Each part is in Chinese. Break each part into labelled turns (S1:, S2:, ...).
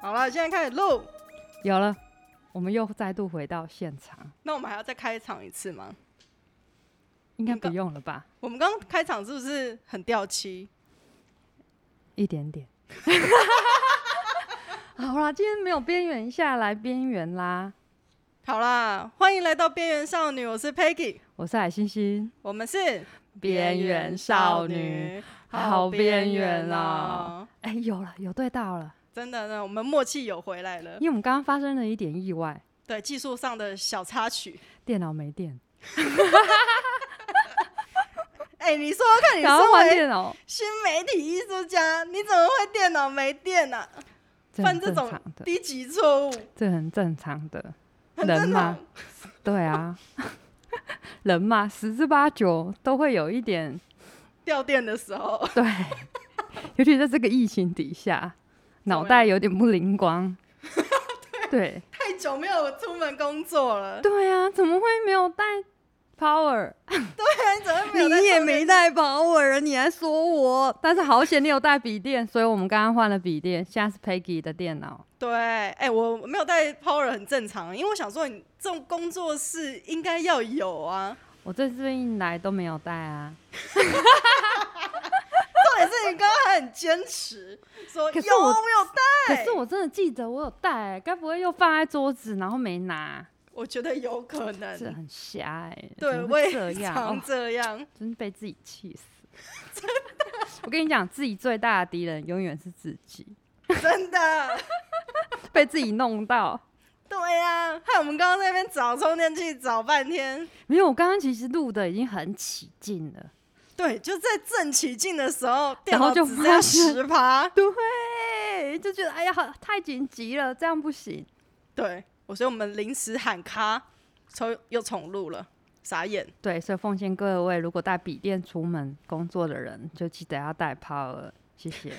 S1: 好了，现在开始录。
S2: 有了，我们又再度回到现场，
S1: 那我们还要再开场一次吗？
S2: 应该
S1: 应该
S2: 不用了吧？
S1: 我们刚刚开场是不是很掉漆？
S2: 一点 点。 好啦，今天没有边缘下来边缘啦。
S1: 好啦，欢迎来到边缘少女，我是 Peggy，
S2: 我是海星星，
S1: 我们是
S2: 边缘少女。，
S1: 啊
S2: 好边缘哦！哎、有了，有对到了，
S1: 真的呢，我们默契有回来了
S2: 因。为我们刚刚发生了一点意外，
S1: 对，技术上的小插曲。
S2: 电脑没电，
S1: 哎、你说说看，你
S2: 然后
S1: 身
S2: 换
S1: 为
S2: 电脑，
S1: 新媒体艺术家，你怎么会电脑没电呢、啊？
S2: 这
S1: 犯
S2: 很
S1: 这
S2: 正
S1: 种
S2: 常的，
S1: 低级错误，
S2: 这很正常的，
S1: 很
S2: 人
S1: 正
S2: 嘛
S1: 常，。
S2: 对 啊， 人嘛，十之八九都会有一点
S1: 掉电的时候，
S2: 对，尤其在这个疫情底下，脑
S1: 么
S2: 袋
S1: 样
S2: 有点不灵光。 对
S1: 太久没有出门工作了，
S2: 对啊，怎么会没有带 power？
S1: 那你怎么 没有在
S2: 你也
S1: 充电
S2: 没带 power，你还说我？但是好险你有带笔电，所以我们刚刚换了笔电，现在是 Peggy 的电脑。
S1: 对，哎、我没有带 Power 很正常，因为我想说你这种工作室应该要有啊。
S2: 我这次一来都没有带啊，
S1: 重点是你刚刚还很坚持说
S2: 可是
S1: 有
S2: 我
S1: 我有
S2: 可
S1: 带，
S2: 是我真的记得我有带、欸该不会又放在桌子，然后没拿？
S1: 我觉得有可
S2: 这
S1: 能，
S2: 很瞎哎、欸，
S1: 呃对
S2: 怎么
S1: 我
S2: 会
S1: 也
S2: 这样，哦
S1: 常这样，
S2: 真是被自己气死。 我跟你讲，自己最大的敌人永远是自己，
S1: 真的。
S2: 被自己弄到。
S1: 对呀、啊，害我们刚刚在那边找充电器找半天，
S2: 没有，我刚刚其实录的已经很起劲了。
S1: 对，就在正起劲的时候，电
S2: 然后
S1: 脑
S2: 就
S1: 只
S2: 发
S1: 剩下
S2: 现
S1: 十趴，
S2: 对，就觉得哎呀，好太紧急了，这样不行。
S1: 对，我所以我们临时喊卡，重又重录了，傻眼。
S2: 对，所以奉献各位，如果带笔电出门工作的人，就记得要带 power，谢 谢。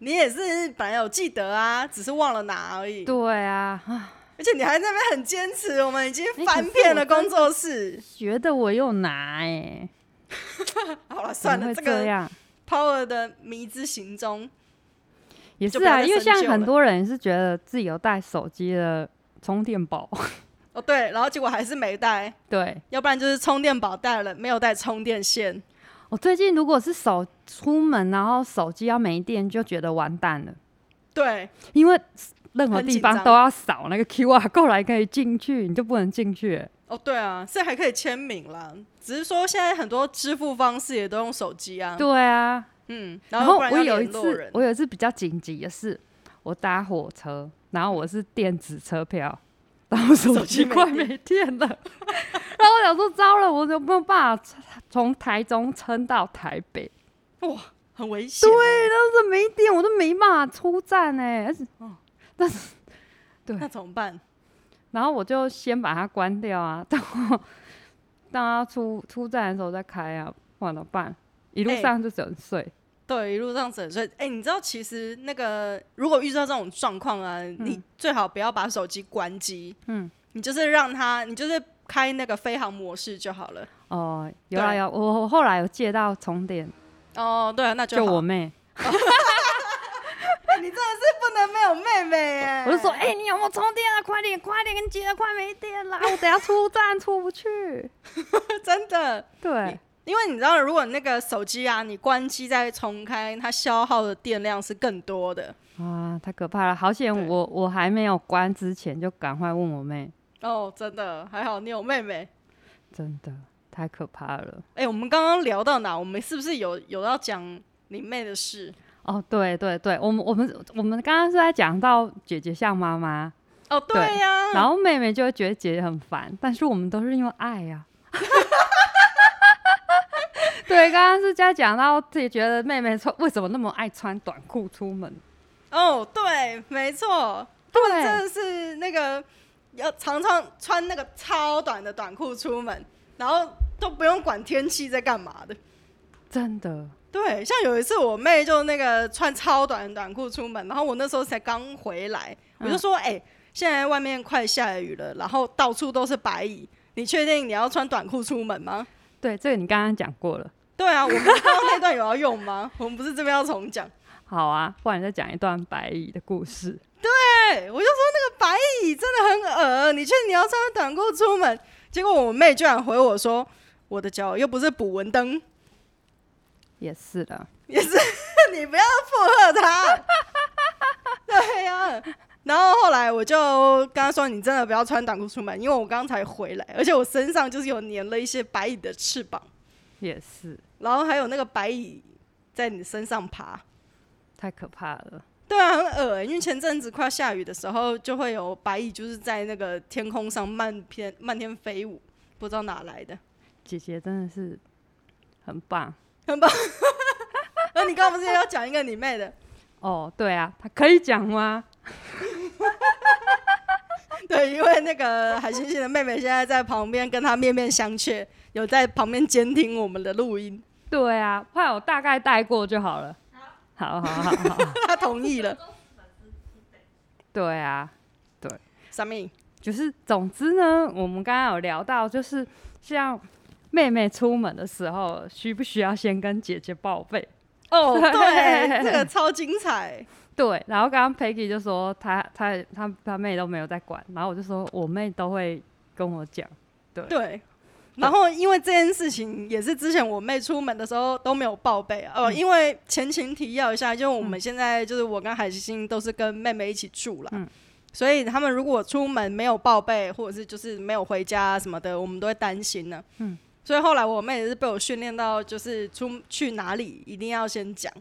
S1: 你也是本来有记得啊，只是忘了拿而已。
S2: 对啊，啊
S1: 而且你还在那边很坚持，我 们已经
S2: 可是
S1: 翻遍了
S2: 我真的
S1: 工作室。
S2: 觉得我又拿哎、
S1: 好了，
S2: 怎
S1: 算
S2: 么
S1: 了，
S2: 会
S1: 这
S2: 这
S1: 个
S2: 样？
S1: Power 的迷之行踪，
S2: 也
S1: 就是不要
S2: 啊，
S1: 再
S2: 因为
S1: 深
S2: 像
S1: 究
S2: 很
S1: 了
S2: 多人也是觉得自己有带手机的充电宝，
S1: 哦对，然后结果还是没带，
S2: 对，
S1: 要不然就是充电宝带了，没有带充电线。
S2: 我最近如果是手出门，然后手机要没电，就觉得完蛋了，
S1: 对，
S2: 因为任何
S1: 很
S2: 地
S1: 紧
S2: 方
S1: 张
S2: 都要扫那个 QR code 来可以进去，你就不能进去。
S1: 哦对啊，这还可以签名啦，只是说现在很多支付方式也都用手机啊。
S2: 对啊，
S1: 嗯，
S2: 然
S1: 后
S2: 后
S1: 不然
S2: 我
S1: 要
S2: 有一
S1: 联络
S2: 次
S1: 人，，
S2: 我有一次比较紧急的是，我搭火车，然后我是电子车票，然后手
S1: 手机
S2: 机
S1: 没
S2: 快
S1: 电
S2: 没电了， 然后我想说糟了，我有没有办法从台中撑到台北？
S1: 很危险欸。
S2: 对，但是没电，我都没办法出站哎、而且但是对
S1: 那怎么办？
S2: 然后我就先把它关掉啊， 等我当它出出站的时候再开啊，不然怎么办？一路
S1: 哎
S2: 上就只能睡。
S1: 对，一路上整睡。哎、你知道其实那个如果遇到这种状况啊，你最好不要把手机关机，
S2: 嗯，
S1: 你就是让它，你就是开那个飞行模式就好了。
S2: 哦、有啦
S1: 对
S2: 有，我我后来有借到充电，
S1: 哦，对啊，那就
S2: 就
S1: 好
S2: 我妹，
S1: 哎你真的是不能没有妹妹哎、
S2: 我就说，哎、你有没有充电啊？快点，快点，跟你借了，快没电啦！我等下出站出不去。
S1: 真的，
S2: 对，
S1: 因为你知道，如果那个手机啊，你关机再重开，它消耗的电量是更多的。
S2: 啊，太可怕了！好险
S1: 对
S2: 我我还没有关之前就赶快问我妹，
S1: 哦，真的，还好你有妹妹。
S2: 真的太可怕了。
S1: 哎、我们刚刚聊到哪？我们是不是有有要讲你妹的事？
S2: 哦，对对对，我们我们我们刚刚是在讲到姐姐像妈妈，
S1: 哦，对
S2: 对
S1: 呀、
S2: 然后妹妹就会觉得姐姐很烦，但是我们都是因为爱啊呀、 对，刚刚是在讲到自己觉得妹妹穿为什么那么爱穿短裤出门，
S1: 哦，对，没错，真
S2: 对，
S1: 的是那个要常常穿那个超短的短裤出门，然后都不用管天气在干嘛的。
S2: 真的，
S1: 对，像有一次我妹就那个穿超短的短裤出门，然后我那时候才刚回来，我就说：“哎、现在外面快下雨了，然后到处都是白蚁，你确定你要穿短裤出门吗
S2: 对，这个你刚刚讲过了。？”
S1: 对啊，我们刚刚那段有要用吗？我们不是这边要重讲。
S2: 好啊，不然再讲一段白蚁的故事。
S1: 对，我就说那个白蚁真的很恶，你确定你要穿短裤出门？结果我妹居然回我说，我的脚又不是捕蚊灯，
S2: 也是的，
S1: 你不要附和她。对呀、然后后来我就跟她说，你真的不要穿短裤出门，因为我刚才回来，而且我身上就是有粘了一些白蚁的翅膀，
S2: 也是，
S1: 然后还有那个白蚁在你身上爬。
S2: 太可怕了。
S1: 对啊，很恶、欸，因为前阵子快要下雨的时候，就会有白蚁就是在那个天空上漫天漫天飞舞，不知道哪来的。
S2: 姐姐真的是很棒
S1: 那你刚刚不是要讲一个你妹的？
S2: 哦，对啊，她可以讲吗？
S1: 对，因为那个海星星的妹妹现在在旁边跟她面面相觑，有在旁边监听我们的录音，
S2: 对啊，怕我大概带过就好了。好，好，好，好，好
S1: 她同意了。
S2: 对啊，
S1: 啥咪？
S2: 就是总之呢，我们刚刚有聊到，就是像妹妹出门的时候，需不需要先跟姐姐报备？
S1: 哦，对，这个超精彩。
S2: 对，然后刚刚 Peggy 就说她她她她妹都没有在管，然后我就说我妹都会跟我讲，
S1: 对。然后，因为这件事情也是之前我妹出门的时候都没有报备啊。
S2: 嗯
S1: 呃，因为前情提要一下，就是我们现在就是我跟海星都是跟妹妹一起住啦，
S2: 嗯
S1: 所以他们如果出门没有报备，或者是就是没有回家什么的，我们都会担心呢。嗯，所以后来我妹也是被我训练到，就是出去哪里一定要先讲。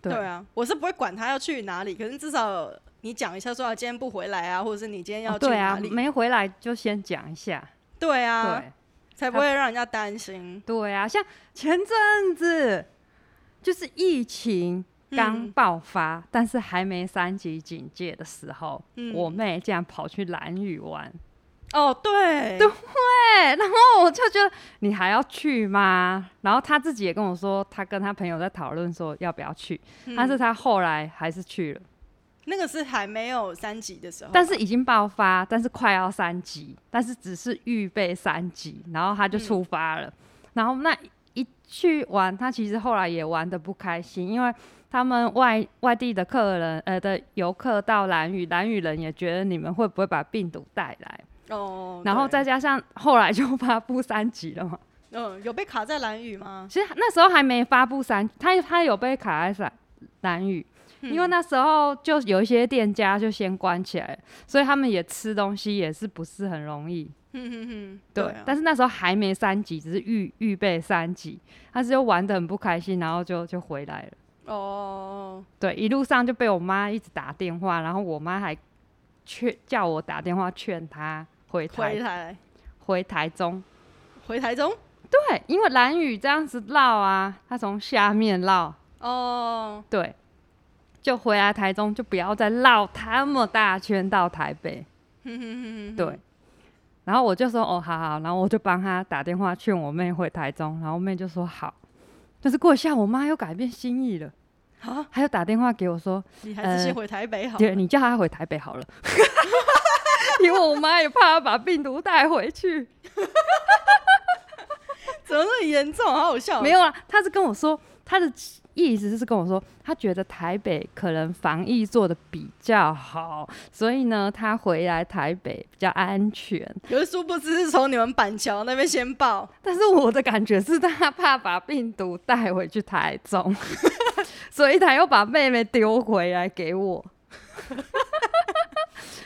S2: 对
S1: 啊，我是不会管她要去哪里，可是至少你讲一下，说她今天不回来啊，或者是你今天
S2: 哦
S1: 要去
S2: 对
S1: 哪
S2: 啊，
S1: 里？
S2: 没回来就先讲一下，
S1: 对啊，
S2: 对
S1: 才不会让人家担心。
S2: 对啊，像前阵子就是疫情刚
S1: 嗯
S2: 爆发，但是还没三级警戒的时候，
S1: 嗯
S2: 我妹竟然跑去蓝屿玩，
S1: 哦，对，
S2: 对，然后我就觉得你还要去吗？然后她自己也跟我说，她跟她朋友在讨论说要不要去，
S1: 嗯哦
S2: 但是她后来还是去了，
S1: 那个是还没有三级的时候吧，
S2: 但是已经爆发，但是快要三级，但是只是预备三级，然后她
S1: 嗯
S2: 就出发了。然后那一去玩，她其实后来也玩的不开心，因为他们外外地的客人呃的游客到蓝屿，蓝屿人也觉得你们会不会把病毒带来，
S1: 哦，
S2: 然后
S1: 对
S2: 再加上后来就发布三级了嘛。
S1: 嗯，有被卡在蓝雨吗？
S2: 其实那时候还没发布三，他他有被卡在蓝蓝雨，
S1: 嗯
S2: 因为那时候就有一些店家就先关起来了，所以他们也吃东西也是不是很容易。
S1: 嗯哼哼，
S2: 对，
S1: 啊
S2: 但是那时候还没三级，只是预预备三级，但是就玩的很不开心，然后就就回来了。
S1: 哦，
S2: 对，一路上就被我妈一直打电话，然后我妈还劝叫我打电话劝她回台
S1: 回台
S2: 回台中，
S1: 回台中，
S2: 对，因为蓝雨这样子绕啊，她从下面绕，
S1: 哦，
S2: 对，就回来台中，就不要再绕那么大圈到台北。
S1: 哼哼哼哼，
S2: 对，然后我就说哦，好好，然后我就帮他打电话劝我妹回台中，然后我妹就说好。就是过一下，我妈又改变心意了，
S1: 啊，
S2: 她又打电话给我说
S1: 你还是先回台北：“好了，
S2: 姐，你叫她回台北好了。” 因为我妈也怕她把病毒带回去。
S1: 怎么那么严重？好好笑，哦
S2: 没有啊，她是跟我说，她的意思是跟我说，她觉得台北可能防疫做的比较好，所以呢，她回来台北比较安全。
S1: 可是殊不知是从你们板桥那边先报，
S2: 但是我的感觉是，她怕把病毒带回去台 中，所以她又把妹妹丢回来给 我。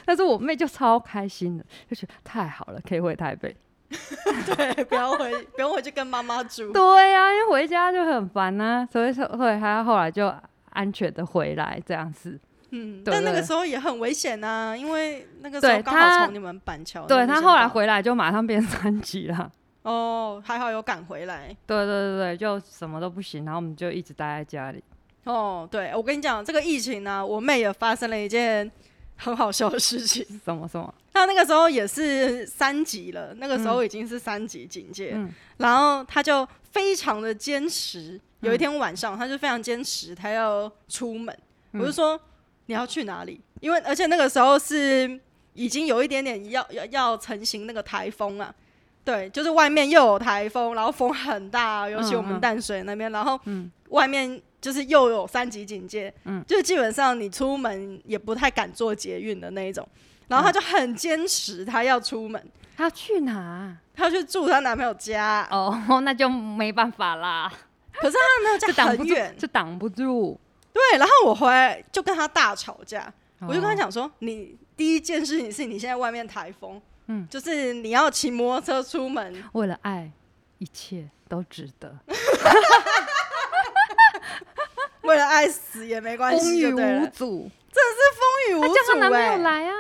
S2: 但是我妹就超开心的，就觉得太好了，可以回台北。
S1: 对，不要回，不用回去跟妈妈住，
S2: 对呀、因为回家就很烦啊，所以说，所以她后来就安全的回来这样子。
S1: 嗯，
S2: 对
S1: 但那个
S2: 对
S1: 时候也很危险呐，因为那个时候
S2: 对
S1: 刚
S2: 他
S1: 好从你们板桥那
S2: 对
S1: 边先报，
S2: 她后来回来就马上变三级了。
S1: 哦，还好有赶回来，
S2: 对对对对，就什么都不行，然后我们就一直待在家里。
S1: 哦，对，我跟你讲，这个疫情呢、啊我妹也发生了一件很好笑的事情。
S2: 什么什么？
S1: 她那个时候也是三级了，那个时候已经是三级警戒，
S2: 嗯
S1: 然后她就非常的坚持。有一天晚上，她就非常坚持，她要出门。我就说你要去哪里？因为而且那个时候是已经有一点点要要要成型那个台风啊，对，就是外面又有台风，然后风很大，尤其我
S2: 嗯
S1: 们
S2: 嗯
S1: 淡水那边，然后外面。就是又有三级警戒，嗯，就是基本上你出门也不太敢坐捷运的那一种。然后
S2: 嗯
S1: 她就很坚持，她要出门，
S2: 她要去哪？
S1: 她去住她男朋友家，
S2: 哦， 那就没办法啦，
S1: 可是她男
S2: 这
S1: 朋友家
S2: 挡
S1: 很
S2: 不住
S1: 远，，
S2: 这挡不住。
S1: 对。然后我回来就跟她大吵架，我就跟
S2: 哦
S1: 他讲说，你第一件事情是你现在外面台风，
S2: 嗯
S1: 就是你要骑摩托车出门，
S2: 为了爱，一切都值得。
S1: 为了爱死也没关
S2: 风
S1: 系，
S2: 雨
S1: 就对了
S2: 无，阻，
S1: 风雨无
S2: 她叫她
S1: 阻
S2: 男朋友
S1: 哎、
S2: 来啊！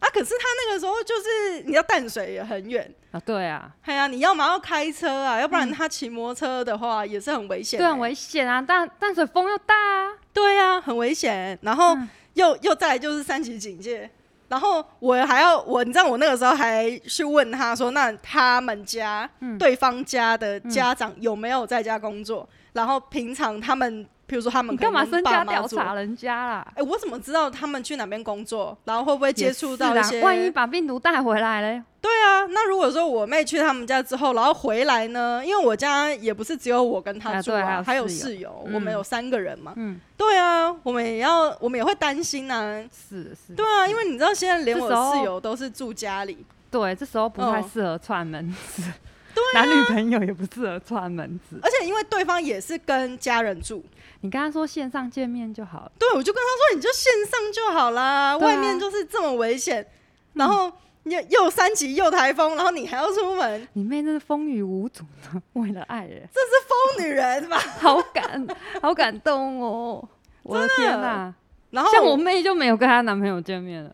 S1: 啊，可是他那个时候就是你要淡水也很远，
S2: 啊，对啊，
S1: 哎呀、你要么要开车啊，要不然他骑摩托车的话也是很危险、
S2: 嗯对，很。危险啊，但淡水风又大啊。
S1: 对啊，很危险。然后
S2: 嗯
S1: 又、又再来就是三级警戒，然后我还要我，你知道我那个时候还去问他说，那他们家、
S2: 嗯
S1: 对方家的家长有没有在家工作？然后平常他们，比如说他们
S2: 你干嘛
S1: 可能
S2: 身
S1: 跟爸
S2: 家
S1: 妈
S2: 调
S1: 住
S2: 查？人家啦？
S1: 哎、我怎么知道他们去哪边工作？然后会不会接
S2: 也
S1: 触
S2: 是
S1: 到一
S2: 啦
S1: 些？
S2: 万一把病毒带回来嘞？
S1: 对啊，那如果说我妹去他们家之后，然后回来呢？因为我家也不是只有我跟她
S2: 啊
S1: 住
S2: 对还
S1: 还
S2: 有
S1: 有
S2: 室
S1: 室友，我们
S2: 嗯
S1: 有三个人嘛。
S2: 嗯，
S1: 对啊，我们也要，我们也会担心啊。
S2: 是是，
S1: 对啊，因为你知道现在连我
S2: 这时候
S1: 室友都是住家里，
S2: 对，这时候不太
S1: 嗯
S2: 适合串门子，
S1: 啊
S2: 男女朋友也不适合串门子。
S1: 而且因为对方也是跟家人住，
S2: 你刚刚说线上见面就好了，
S1: 对我就跟他说你就线上就好啦，
S2: 对啊
S1: 外面就是这么危险，然后又又三级又台风，然后你还要出门，
S2: 你妹真是风雨无阻呢，为了爱人，
S1: 这是疯女人 吧？
S2: 好感好感 动哦！我的天哪、
S1: 然后
S2: 像我妹就没有跟她男朋友见 面了，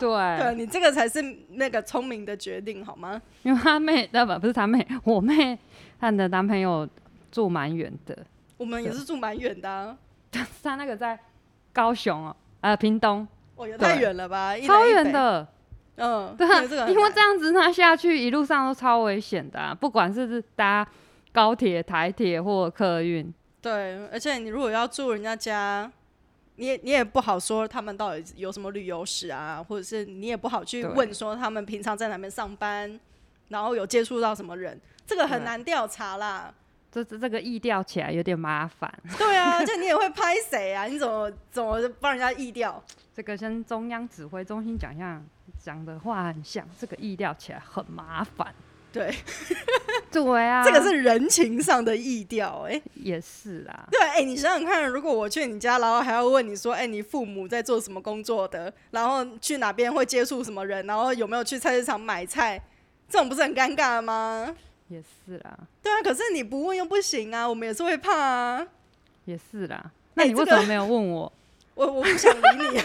S1: 对
S2: 对，
S1: 你这个才是那个聪明的决定好吗？
S2: 因为她妹呃不不是她妹，我妹她的男朋友住蛮远的，
S1: 我们也是住蛮远的、啊，
S2: 她那个在高雄哦，呃屏东，
S1: 哦，也太
S2: 对
S1: 远了吧，一南
S2: 超
S1: 一
S2: 远
S1: 北，
S2: 的，
S1: 嗯，
S2: 对啊
S1: 这个，很
S2: 因为
S1: 难
S2: 这样子那下去一路上都超危险的、啊，不管是不是搭高铁、台铁或客运，
S1: 对，而且你如果要住人家家，你也你也不好说他们到底有什么旅游史啊，或者是你也不好去
S2: 对
S1: 问说他们平常在哪边上班，然后有接触到什么人，这个很
S2: 对
S1: 难调查啦。
S2: 这这这个意调起来有点麻烦。
S1: 对啊，而且你也会拍谁啊？你怎么怎么帮人家意调？
S2: 这个跟中央指挥中心讲样讲的话很像，这个意调起来很麻烦。
S1: 对，
S2: 对 啊，
S1: 这个是人情上的意调、哎，
S2: 也是啦，
S1: 对，哎、你想想看，如果我去你家，然后还要问你说，哎、你父母在做什么工作的？然后去哪边会接触什么人？然后有没有去菜市场买菜？这种不是很尴尬吗？
S2: 也是啦，
S1: 对啊，可是你不问又不行啊，我们也是会怕啊。
S2: 也是啦。那
S1: 哎
S2: 你
S1: 这
S2: 为
S1: 个
S2: 什么没有问我？
S1: 我我不想理你，啊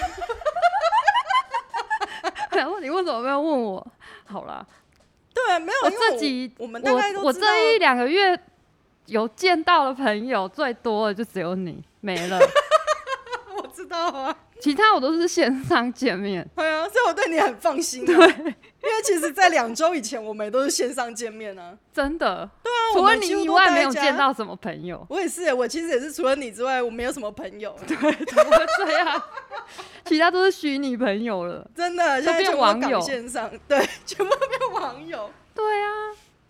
S2: 然后你为什么没有问我？好啦，
S1: 对，啊没有
S2: 我
S1: 因为
S2: 自己
S1: 我们大概
S2: 我
S1: 都
S2: 我
S1: 知道啊
S2: 这一两个月有见到的朋友最多的就只有你没了，
S1: 我知道啊，
S2: 其他我都是线上见面。
S1: 对啊，所以我对你很放心、啊。对，因为其实，在两周以前，我们也都是线上见面啊。
S2: 真的，对
S1: 啊
S2: 除
S1: 我
S2: 了
S1: 们
S2: 你
S1: 几乎
S2: 以
S1: 都
S2: 外，
S1: 待
S2: 没有
S1: 家，
S2: 见到什么朋友
S1: 我也是、我其实也是除了你之外，我没有什么朋友，
S2: 怎么会这样？ 其他都是虚拟朋友了。
S1: 真的，现
S2: 都
S1: 在
S2: 变
S1: 全部
S2: 网
S1: 搞
S2: 友
S1: 线上， 对，全部变网友。
S2: 对啊，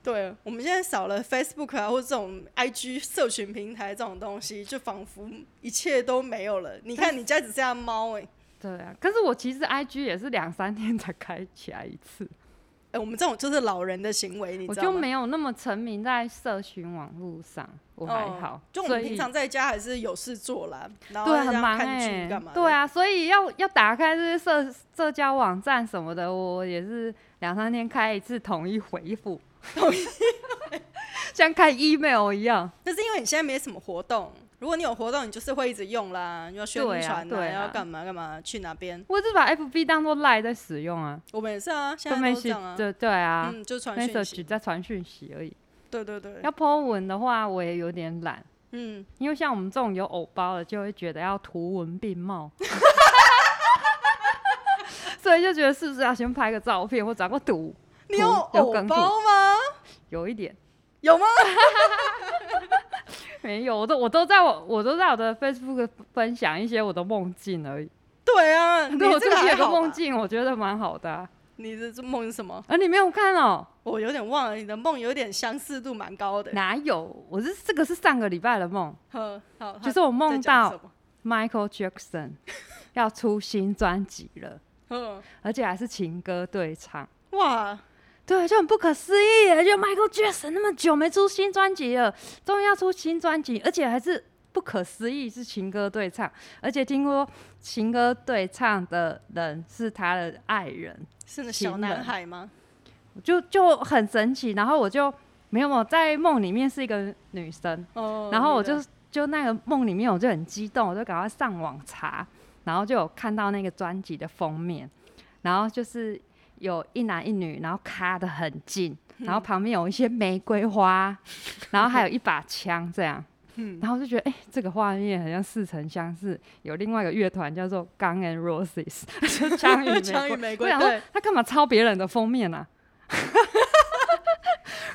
S1: 对，我们现在少了 Facebook 啊，或者这种 IG 社群平台这种东西，就仿佛一切都没有了。你看，你家只剩下猫哎、欸，
S2: 对啊。可是我其实 IG 也是两三天才开起来一次，
S1: 哎、我们这种就是老人的行为，你
S2: 我
S1: 知道
S2: 就
S1: 吗？
S2: 没有那么沉迷在社群网络上，我还
S1: 哦
S2: 好。
S1: 就我
S2: 所
S1: 们
S2: 以
S1: 平常在家还是有事做啦，然后
S2: 对
S1: 在
S2: 很
S1: 家
S2: 忙
S1: 看
S2: 哎、
S1: 剧干嘛？
S2: 对，啊，所以要要打开这些社社交网站什么的，我也是两三天开一次，统一回 复，
S1: 统
S2: 一像看 email 一样。
S1: 那是因为你现在没什么活动。如果你有活动，你就是会一直用啦，你要宣
S2: 对啊
S1: 传
S2: 对啊
S1: 要干嘛干嘛，去哪边？
S2: 我是把 FB 当做 Line 在使用啊，
S1: 我们也是啊，现
S2: 跟
S1: 在
S2: m e
S1: 都是
S2: s
S1: 这样啊
S2: s，对对啊、
S1: 嗯，就传
S2: m e s
S1: 讯
S2: s a g
S1: 息
S2: e，在传讯息而已。
S1: 对对对，
S2: 要 po 文的话，我也有点懒，
S1: 嗯，
S2: 因为像我们这种有偶包的，就会觉得要图文并茂。 所以就觉得是不是要先拍个照片或找个图，
S1: 你有
S2: 图有
S1: 偶
S2: 梗图
S1: 包吗？
S2: 有一点
S1: 有吗？
S2: 没有，我都我都在我我都在我的 Facebook 分享一些我的梦境而已。
S1: 对啊，你
S2: 对我
S1: 这
S2: 最
S1: 个
S2: 近
S1: 还
S2: 有个
S1: 好吧
S2: 梦境，我觉得蛮好的啊、
S1: 你的这梦是什么？
S2: 啊，你没有看哦？
S1: 我有点忘了，你的梦有点相似度蛮高的。
S2: 哪有？我是这个是上个礼拜的梦，
S1: 呵，好，
S2: 就
S1: 他
S2: 是我
S1: 在
S2: 梦
S1: 讲
S2: 到
S1: 什么
S2: Michael Jackson 要出新专辑了，
S1: 呵，
S2: 而且还是情歌对唱。
S1: 哇，
S2: 对，就很不可思议耶！就 Michael Jackson 那么久没出新专辑了，终于要出新专辑，而且还是不可思议，是情歌对唱，而且听说情歌对唱的人是他的爱人，
S1: 是那
S2: 情
S1: 小男
S2: 人
S1: 孩吗？
S2: 就就很神奇。然后我就没有没有在梦里面是一个女生，
S1: 哦，
S2: 然后我
S1: 你的
S2: 就就那个梦里面我就很激动，我就赶快上网查，然后就有看到那个专辑的封面，然后就是有一男一女，然后卡的很近，
S1: 嗯
S2: 然后旁边有一些玫 瑰花，然后还有一把枪这样。
S1: 嗯
S2: 然后我就觉得，哎、这个画面好像似曾相识。有另外一个乐团叫做 Gun and Roses，就 枪 与
S1: 枪与
S2: 玫
S1: 玫瑰
S2: 瑰。我想说
S1: 对，
S2: 他干嘛抄别人的封面啊？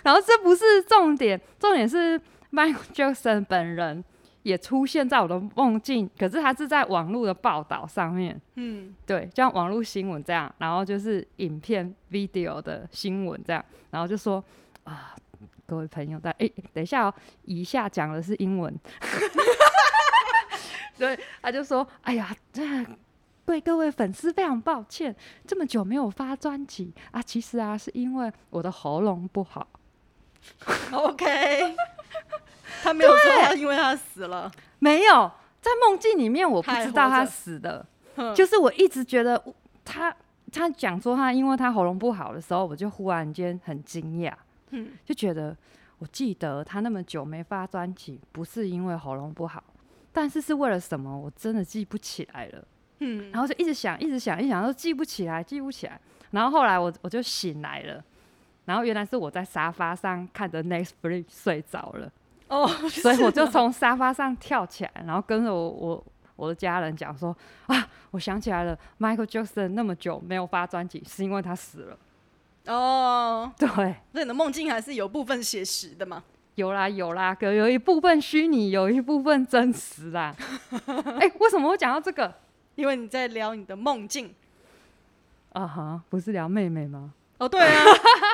S2: 然后这不是重点，重点是 Michael Jackson 本人也出现在我的梦境，可是他是在网络的报道上面，
S1: 嗯，
S2: 对，就像网络新闻这样，然后就是影片 video 的新闻这样，然后就说啊、各位朋友，大诶、等一下哦，以下讲的是英文， 对，他就说，哎呀，这。对各位粉丝非常抱歉，这么久没有发专辑啊！其实啊，是因为我的喉咙不好，
S1: OK，他没有说他因为他死了，
S2: 没有，在梦境里面我不
S1: 他还
S2: 知道
S1: 活
S2: 他
S1: 着
S2: 死的，
S1: 哼
S2: 就是我一直觉得他他讲说他因为他喉咙不好的时候，我就忽然间很惊讶，
S1: 嗯
S2: 就觉得我记得他那么久没发专辑，不是因为喉咙不好，但是是为了什么，我真的记不起来了。
S1: 嗯，
S2: 然后就一直想，一直想，一直想，都记不起来，记不起来。然后后来我我就醒来了，然后原来是我在沙发上看着 Next Free 睡着了。
S1: 哦，
S2: 所以我
S1: 是
S2: 就
S1: 吗
S2: 从沙发上跳起来，然后跟着我我我的家人讲说啊，我想起来了，Michael Jackson 那么久没有发专辑，是因为他死了。
S1: 哦，
S2: 对，
S1: 所以你的梦境还是有部分写实的嘛？
S2: 有啦有啦，哥有一部分虚拟，有一部分真实啦。哎、为什么我讲到这个？
S1: 因为你在聊你的梦境。
S2: 啊哈，不是聊妹妹吗？
S1: 哦，对 啊，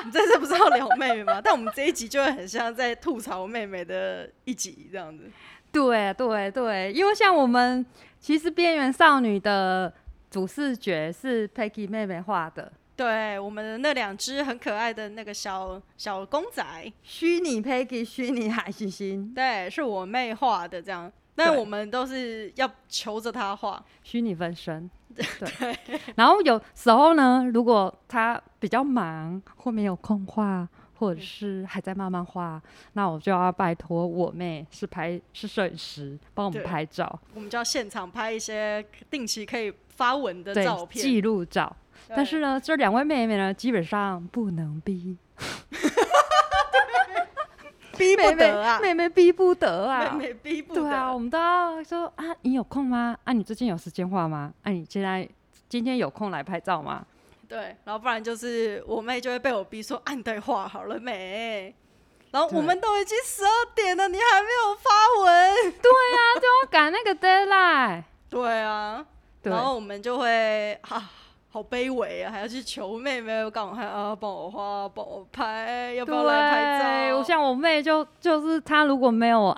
S1: 你这次不是要聊妹妹吗？但我们这一集就会很像在吐槽妹妹的一集这样子。
S2: 对对对，因为像我们其实《边缘少女》的主视觉是 Peggy 妹妹画的，
S1: 对，我们的那两只很可爱的那个小小公仔，
S2: 虚拟 Peggy，虚拟海星星，
S1: 对，是我妹画的这样。但
S2: 对
S1: 我们都是要求着她画，
S2: 虚拟 分身。对， 然后有时候呢，如果他比较忙或没有空
S1: 嗯
S2: 画，或者是还在慢慢画，那我就要拜托我妹是拍是摄影师帮我们
S1: 对
S2: 拍照，
S1: 我们就要现场拍一些定期可以发文的
S2: 对
S1: 照，片。
S2: 记录照。
S1: 对
S2: 但是呢，这两位妹妹呢，基本上不能逼，
S1: 逼不
S2: 妹妹
S1: 得啊，
S2: 妹妹逼不得啊，
S1: 妹妹逼不
S2: 对啊，
S1: 得。
S2: 我们都要说啊，你有空吗？啊，你最近有时间画吗？啊，你现在今天有空来拍照 吗？
S1: 对，然后不然就是我妹就会被我逼说按对话好了没？然后我们都已经十二点了，你还没有发文？
S2: 啊要赶那个 deadline。
S1: 对啊，
S2: 对
S1: 然后我们就会啊，好卑微啊，还要去求妹妹干嘛？还啊，帮我画，帮我拍，要不要来拍
S2: 对
S1: 照？
S2: 我像我妹就就是她如果没有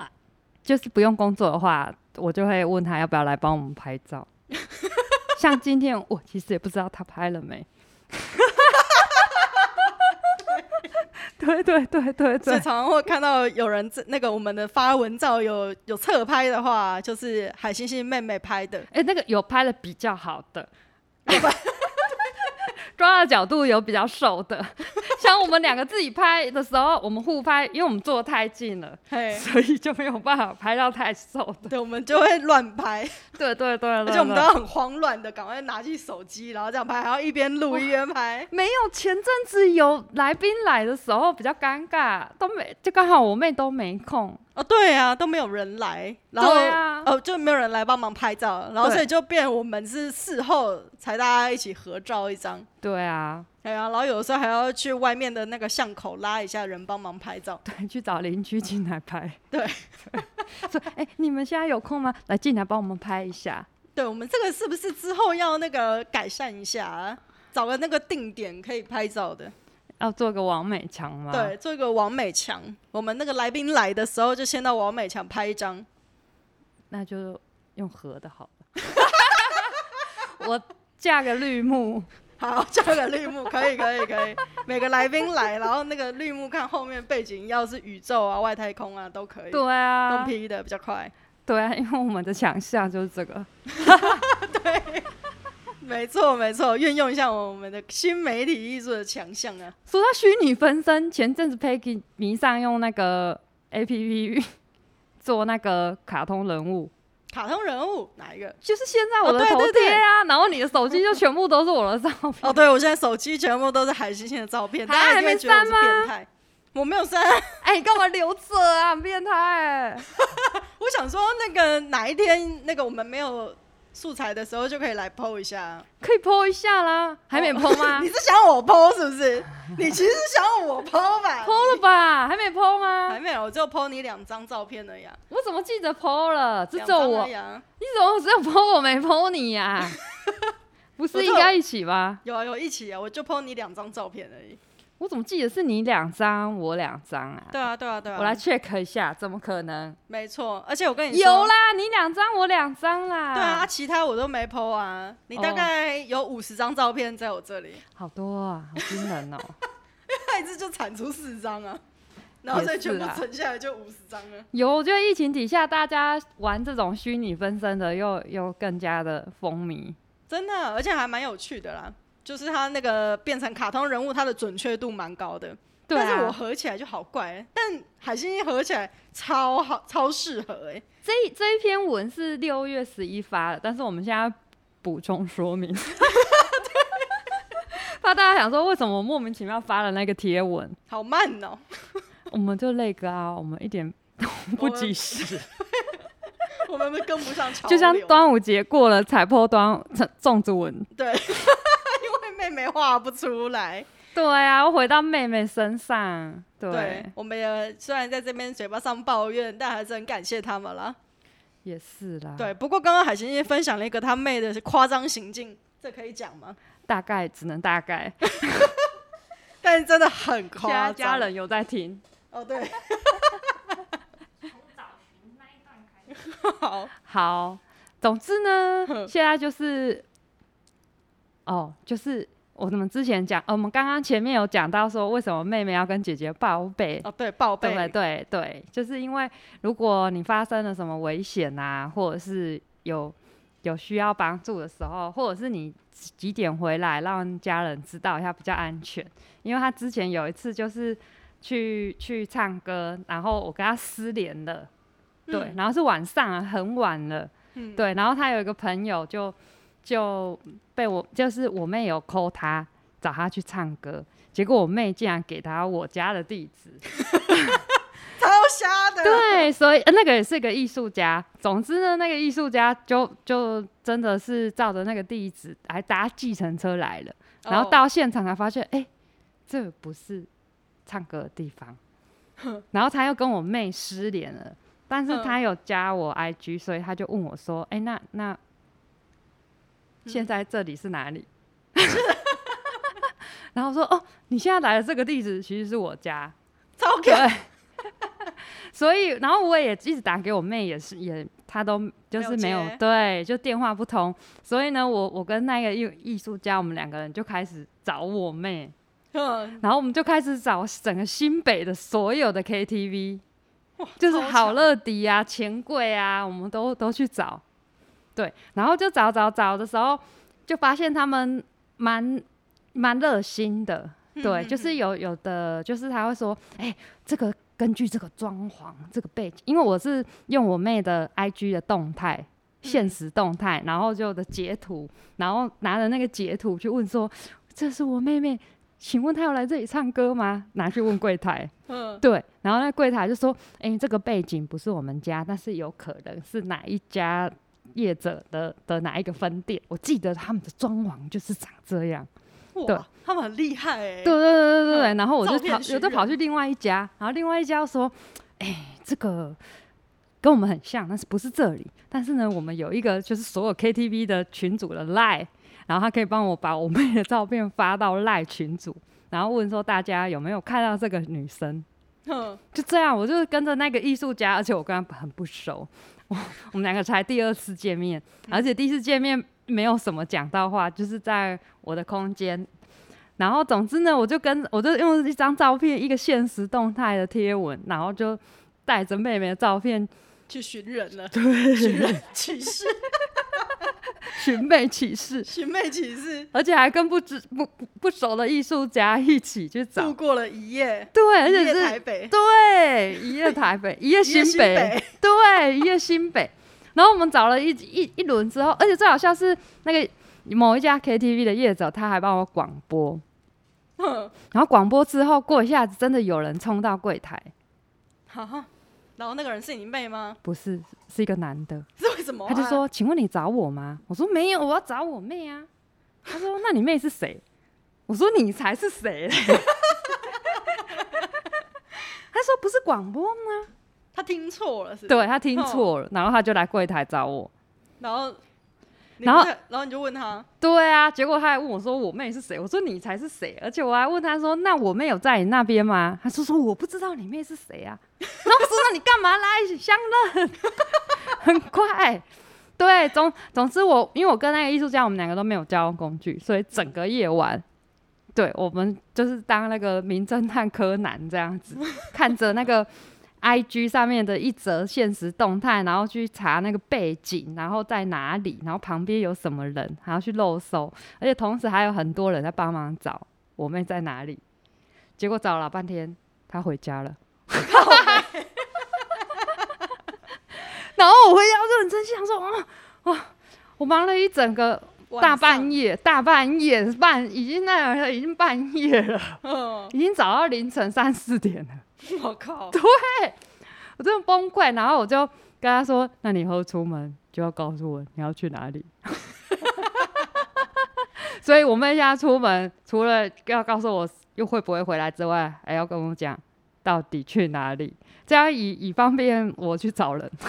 S2: 就是不用工作的话，我就会问她要不要来帮我们拍照。 像今天我其实也不知道她拍了没。 对对对对
S1: 所以
S2: 对
S1: 常常会看到有人在那个我们的发文照有有侧拍的话，就是海星星妹妹拍的，
S2: 哎、那个有拍的比较好的，抓的角度有比较瘦的。像我们两个自己拍的时候，我们互拍，因为我们坐太近了，
S1: 嘿，
S2: 所以就没有办法拍到太瘦的。
S1: 对，我们就会乱拍。
S2: 对对对对
S1: 而且我们都要很慌乱的，赶快拿起手机，然后这样拍，然后一边录一边拍。
S2: 没有，前阵子有来宾来的时候比较尴尬，都没就刚好我妹都没空，
S1: 哦，对啊，都没有人来，然后、
S2: 对啊
S1: 哦就没有人来帮忙拍照，然后
S2: 对
S1: 所以就变我们是事后才大家一起合照一张。
S2: 对啊，
S1: 哎呀、然后有的时候还要去外面的那个巷口拉一下人帮忙拍照。
S2: 对，去找邻居进来拍，
S1: 对
S2: 说哎、你们现在有空吗？来进来帮我们拍一下。
S1: 对我们这个是不是之后要那个改善一下啊？找个那个定点可以拍照的，
S2: 要做个完美墙吗？
S1: 对，做一个王美墙。我们那个来宾来的时候，就先到王美墙拍一张。
S2: 那就用合的好了。 我架个绿幕，
S1: 好，加个绿幕，可以，可以，可以。 每个来宾来，然后那个绿幕看后面背景，要是宇宙啊、外太空啊都可以，
S2: 对
S1: 用
S2: 啊，
S1: P 的比较快。
S2: 对啊，因为我们的强项就是这个。
S1: 没错，没错，运用一下我们的新媒体艺术的强项啊。
S2: 说到虚拟分身，前阵子 Peggy 迷上用那个 A P P 做那个卡通人物，
S1: 卡通人物哪一个？
S2: 就是现在
S1: 哦
S2: 我的
S1: 对
S2: 头
S1: 对对
S2: 贴啊，然后你的手机就全部都是我的照片。
S1: 哦，对，我现在手机全部都是海星星的照片，
S2: 啊
S1: 大家一定
S2: 还
S1: 会
S2: 没
S1: 觉得我是
S2: 删吗
S1: 变态。我没有删，
S2: 哎、你干嘛留着啊？很变态、
S1: 我想说那个哪一天那个我们没有素材的时候，就可以来 PO 一下。
S2: 可以 PO 一下啦，还没 PO 吗
S1: 你是想我 PO 是不是？你其实想我 PO 吧？
S2: ？PO 了吧？还没 PO
S1: 还
S2: 吗？
S1: 没有，我就 PO 你两张照片而已、啊。
S2: 我怎么记得 PO 了？这
S1: 两
S2: 只有
S1: 张
S2: 我
S1: 而已，啊
S2: 你怎么只有 PO 我没 PO 你呀、 不
S1: 我
S2: 是
S1: 就
S2: 应该一起吗？
S1: 有啊有一起啊，我就 PO 你两张照片而已。
S2: 我怎么记得是你两张，我两张啊？
S1: 对啊对啊对啊，
S2: 我来 check 一下，怎么可能？
S1: 没错，而且我跟你说
S2: 有啦，你两张，我两张啦。
S1: 对啊，啊，其他我都没 PO 啊。你大
S2: 哦
S1: 概有五十张照片在我这里，
S2: 好多啊，好惊人哦。
S1: 那一次就产出四张啊，然后
S2: 也
S1: 所以全
S2: 是
S1: 部
S2: 啊
S1: 存下来就五十张啊了。
S2: 有，我觉得疫情底下，大家玩这种虚拟分身的又又更加的风靡。
S1: 真的，而且还蛮有趣的啦。就是他那个变成卡通人物，它的准确度蛮高的。
S2: 对
S1: 但是我
S2: 啊，
S1: 合起来就好怪、欸，但海星星合起来超好，超适合哎、欸。
S2: 这一这一篇文是六月十一发的，但是我们现在补充 说明，怕大家想说为什么我莫名其妙发了那个贴文，
S1: 好慢哦、
S2: 我们就累个啊，我们一点都不及时，
S1: 我们跟不上潮流。
S2: 就像端午节过了才破端粽子文。
S1: 对，因为妹妹画不出来。
S2: 对啊，我回到妹妹身上，对，
S1: 对，我们也虽然在这边嘴巴上抱怨，但还是很感谢他们啦。
S2: 也是啦，，
S1: 对，不过刚刚海星星分享了一个他妹的夸张行径，这可以讲吗？
S2: 大概只能 大概。
S1: 但是真的很
S2: 现在
S1: 夸张。
S2: 家人有在听，
S1: 哦，对。好，
S2: 好，总之呢，现在就是，哦，就是我们之前讲，呃我们刚刚前面有讲到说，为什么妹妹要跟姐姐报备，
S1: 哦对，报
S2: 对
S1: 备
S2: 不对？对对，就是因为如果你发生了什么危险啊，或者是有有需要帮助的时候，或者是你几几点回来，让家人知道一下比较安全。因为他之前有一次就是去去唱歌，然后我跟他失联了。对，
S1: 嗯
S2: 然后是晚上啊，很晚了，
S1: 嗯
S2: 对，然后他有一个朋友就就被我，就是我妹有 call 他，找他去唱歌，结果我妹竟然给他我家的地址，
S1: 超瞎 的。
S2: 对，所以、呃那个也是个艺术家。总之呢，那个艺术家就就真的是照着那个地址，还搭计程车来了，
S1: 哦，
S2: 然后到现场才发现，哎、这不是唱歌的地方。然后他又跟我妹失联了，但是
S1: 嗯
S2: 他有加我 IG，所以他就问我说：“哎、那那现在这里是哪里？”然后我说：“哦，你现在来的这个地址其实是我家。”
S1: 超可
S2: 对，所以然后我也一直打给我妹，也是也她都就是没有
S1: 没有接
S2: 对，就电话不通。所以呢，我我跟那个艺艺术家，我们两个人就开始找我妹，
S1: 嗯，
S2: 然后我们就开始找整个新北的所有的 KTV，
S1: 哇
S2: 就是
S1: 超
S2: 好
S1: 强
S2: 乐迪啊、钱柜啊，我们都都去找。对，然后就找找找的时候，就发现他们蛮蛮热心的，对，
S1: 嗯
S2: 就是有有的，就是他会说，哎、这个根据这个装潢、这个背景，因为我是用我妹的 IG 的动态、
S1: 嗯
S2: 现实动态，然后就有的截图，然后拿着那个截图去问说，这是我妹妹，请问她有来这里唱歌吗？拿去问柜台，
S1: 嗯，
S2: 对，然后那柜台就说，哎、这个背景不是我们家，但是有可能是哪一家。业者的的哪一个分店？我记得他们的装潢就是长这样，对
S1: 哇，他们很厉害哎、
S2: 对对对对对，
S1: 嗯
S2: 然后我
S1: 照
S2: 就
S1: 片
S2: 跑，
S1: 寻
S2: 我就跑
S1: 人
S2: 去另外一家，然后另外一家说，哎、这个跟我们很像，但是不是这里。但是呢，我们有一个就是所有 KTV 的群组的 Line，然后他可以帮我把我妹的照片发到 Line 群组，然后问说大家有没有看到这个女生。
S1: 哼，
S2: 就这样，我就是跟着那个艺术家，而且我跟他很不熟，我我们两个才第二次见面，而且第一次见面没有什么讲到话，就是在我的空间。然后总之呢，我就跟我就用一张照片，一个现实动态的贴文，然后就带着妹妹的照片
S1: 去寻人 了，对，寻人启事，
S2: 寻妹启事，
S1: 寻妹启事，
S2: 而且还跟不知不不不熟的艺术家一起去
S1: 度
S2: 找，
S1: 过了一夜，
S2: 对，而
S1: 一
S2: 且
S1: 夜台
S2: 是
S1: 北，
S2: 对一夜台北，一夜
S1: 一夜
S2: 新北。，对，一夜新北。 然后我们找了一一一轮之后，而且最好笑是那个某一家 KTV 的业者，他还帮我广播，
S1: 哼，
S2: 然后广播之后过一下子，真的有人冲到柜台，
S1: 好，然后那个人是你妹吗？
S2: 不是是一个男的，
S1: 是为什么啊？
S2: 他就说：“请问你找我吗？”我说：“没有，我要找我妹啊。”他说：“那你妹是谁？”我说：“你才是谁嘞？” 他说：“不是广播吗
S1: 他听错了，是？”不是，
S2: 对他听错了，然后他就来柜台找我。
S1: 然后，你
S2: 然后
S1: 不是，然后你就问他，
S2: 对啊，结果他还问我说我妹是谁，我说你才是谁，而且我还问他说那我妹有在你那边吗？他说说我不知道你妹是谁啊，然后我说那你干嘛来一起相认？ 很快，对，总总之我因为我跟那个艺术家我们两个都没有交通工具，所以整个夜晚。对，我们就是当那个名侦探柯南这样子，看着那个 I G 上面的一则现实动态，然后去查那个背景，然后在哪里，然后旁边有什么人，还要去漏搜，而且同时还有很多人在帮忙找我妹在哪里。结果找了老半天，她回家了。 然后我回家就很生气，想说啊啊，我忙了一整个大半
S1: 夜，
S2: 夜，大半夜半已经那样已经半夜了，
S1: 嗯，
S2: 已经找到凌晨三四点了。
S1: 我靠，
S2: 我真的崩溃，然后我就跟他说：“那你以后出门就要告诉我你要去哪里。” 所以我妹现在出门，除了要告诉我又会不会回来之外，还要跟我讲到底去哪里，这样以以方便我去找人。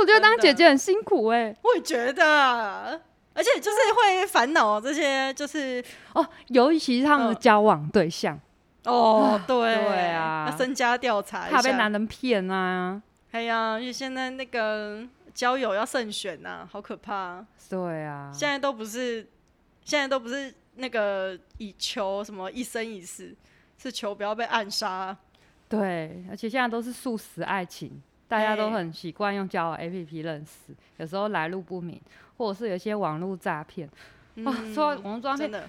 S2: 我觉得当姐姐很辛苦哎、
S1: 我也觉得，啊而且就是会烦恼这些，就是
S2: 哦，尤其是他们的
S1: 嗯
S2: 交往对象，
S1: 哦，对
S2: 对啊
S1: 要身家调查一下，
S2: 怕被男人骗啊。
S1: 哎呀，因为现在那个交友要慎选呐、好可怕、啊！
S2: 对啊，
S1: 现在都不是，现在都不是那个以求什么一生一世，是求不要被暗杀。
S2: 对，而且现在都是素食爱情，大家都
S1: 哎
S2: 很习惯用交友 APP 认识，有时候来路不明，或者是有一些网络诈骗。啊，说到网络诈
S1: 嗯真
S2: 骗，
S1: 的，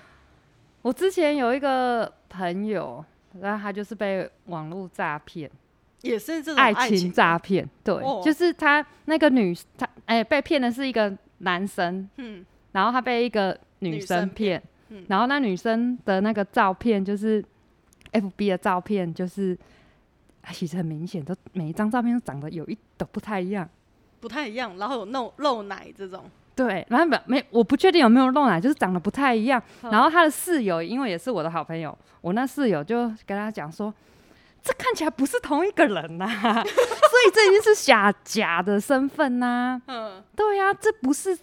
S2: 我之前有一个朋友，然后他就是被网络诈骗，
S1: 也是这种
S2: 爱
S1: 情啊
S2: 情诈骗。对，
S1: 哦
S2: 就是他那个女，他哎、被骗的是一个男生，
S1: 嗯，
S2: 然后他被一个女
S1: 女
S2: 生
S1: 生
S2: 骗，
S1: 骗嗯
S2: 然后那女生的那个照片就是 FB 的照片，就是啊其实很明显，都每一张照片都长得有一都不太一样。
S1: 不太一样。然后有露露奶这种，
S2: 对，然后没没，我不确定有没有漏奶，就是长得不太一样。
S1: 嗯
S2: 然后他的室友，因为也是我的好朋友，我那室友就跟他讲说，这看起来不是同一个人呐、 所以这已经是假假的身份呐、
S1: 嗯，
S2: 对呀、这不是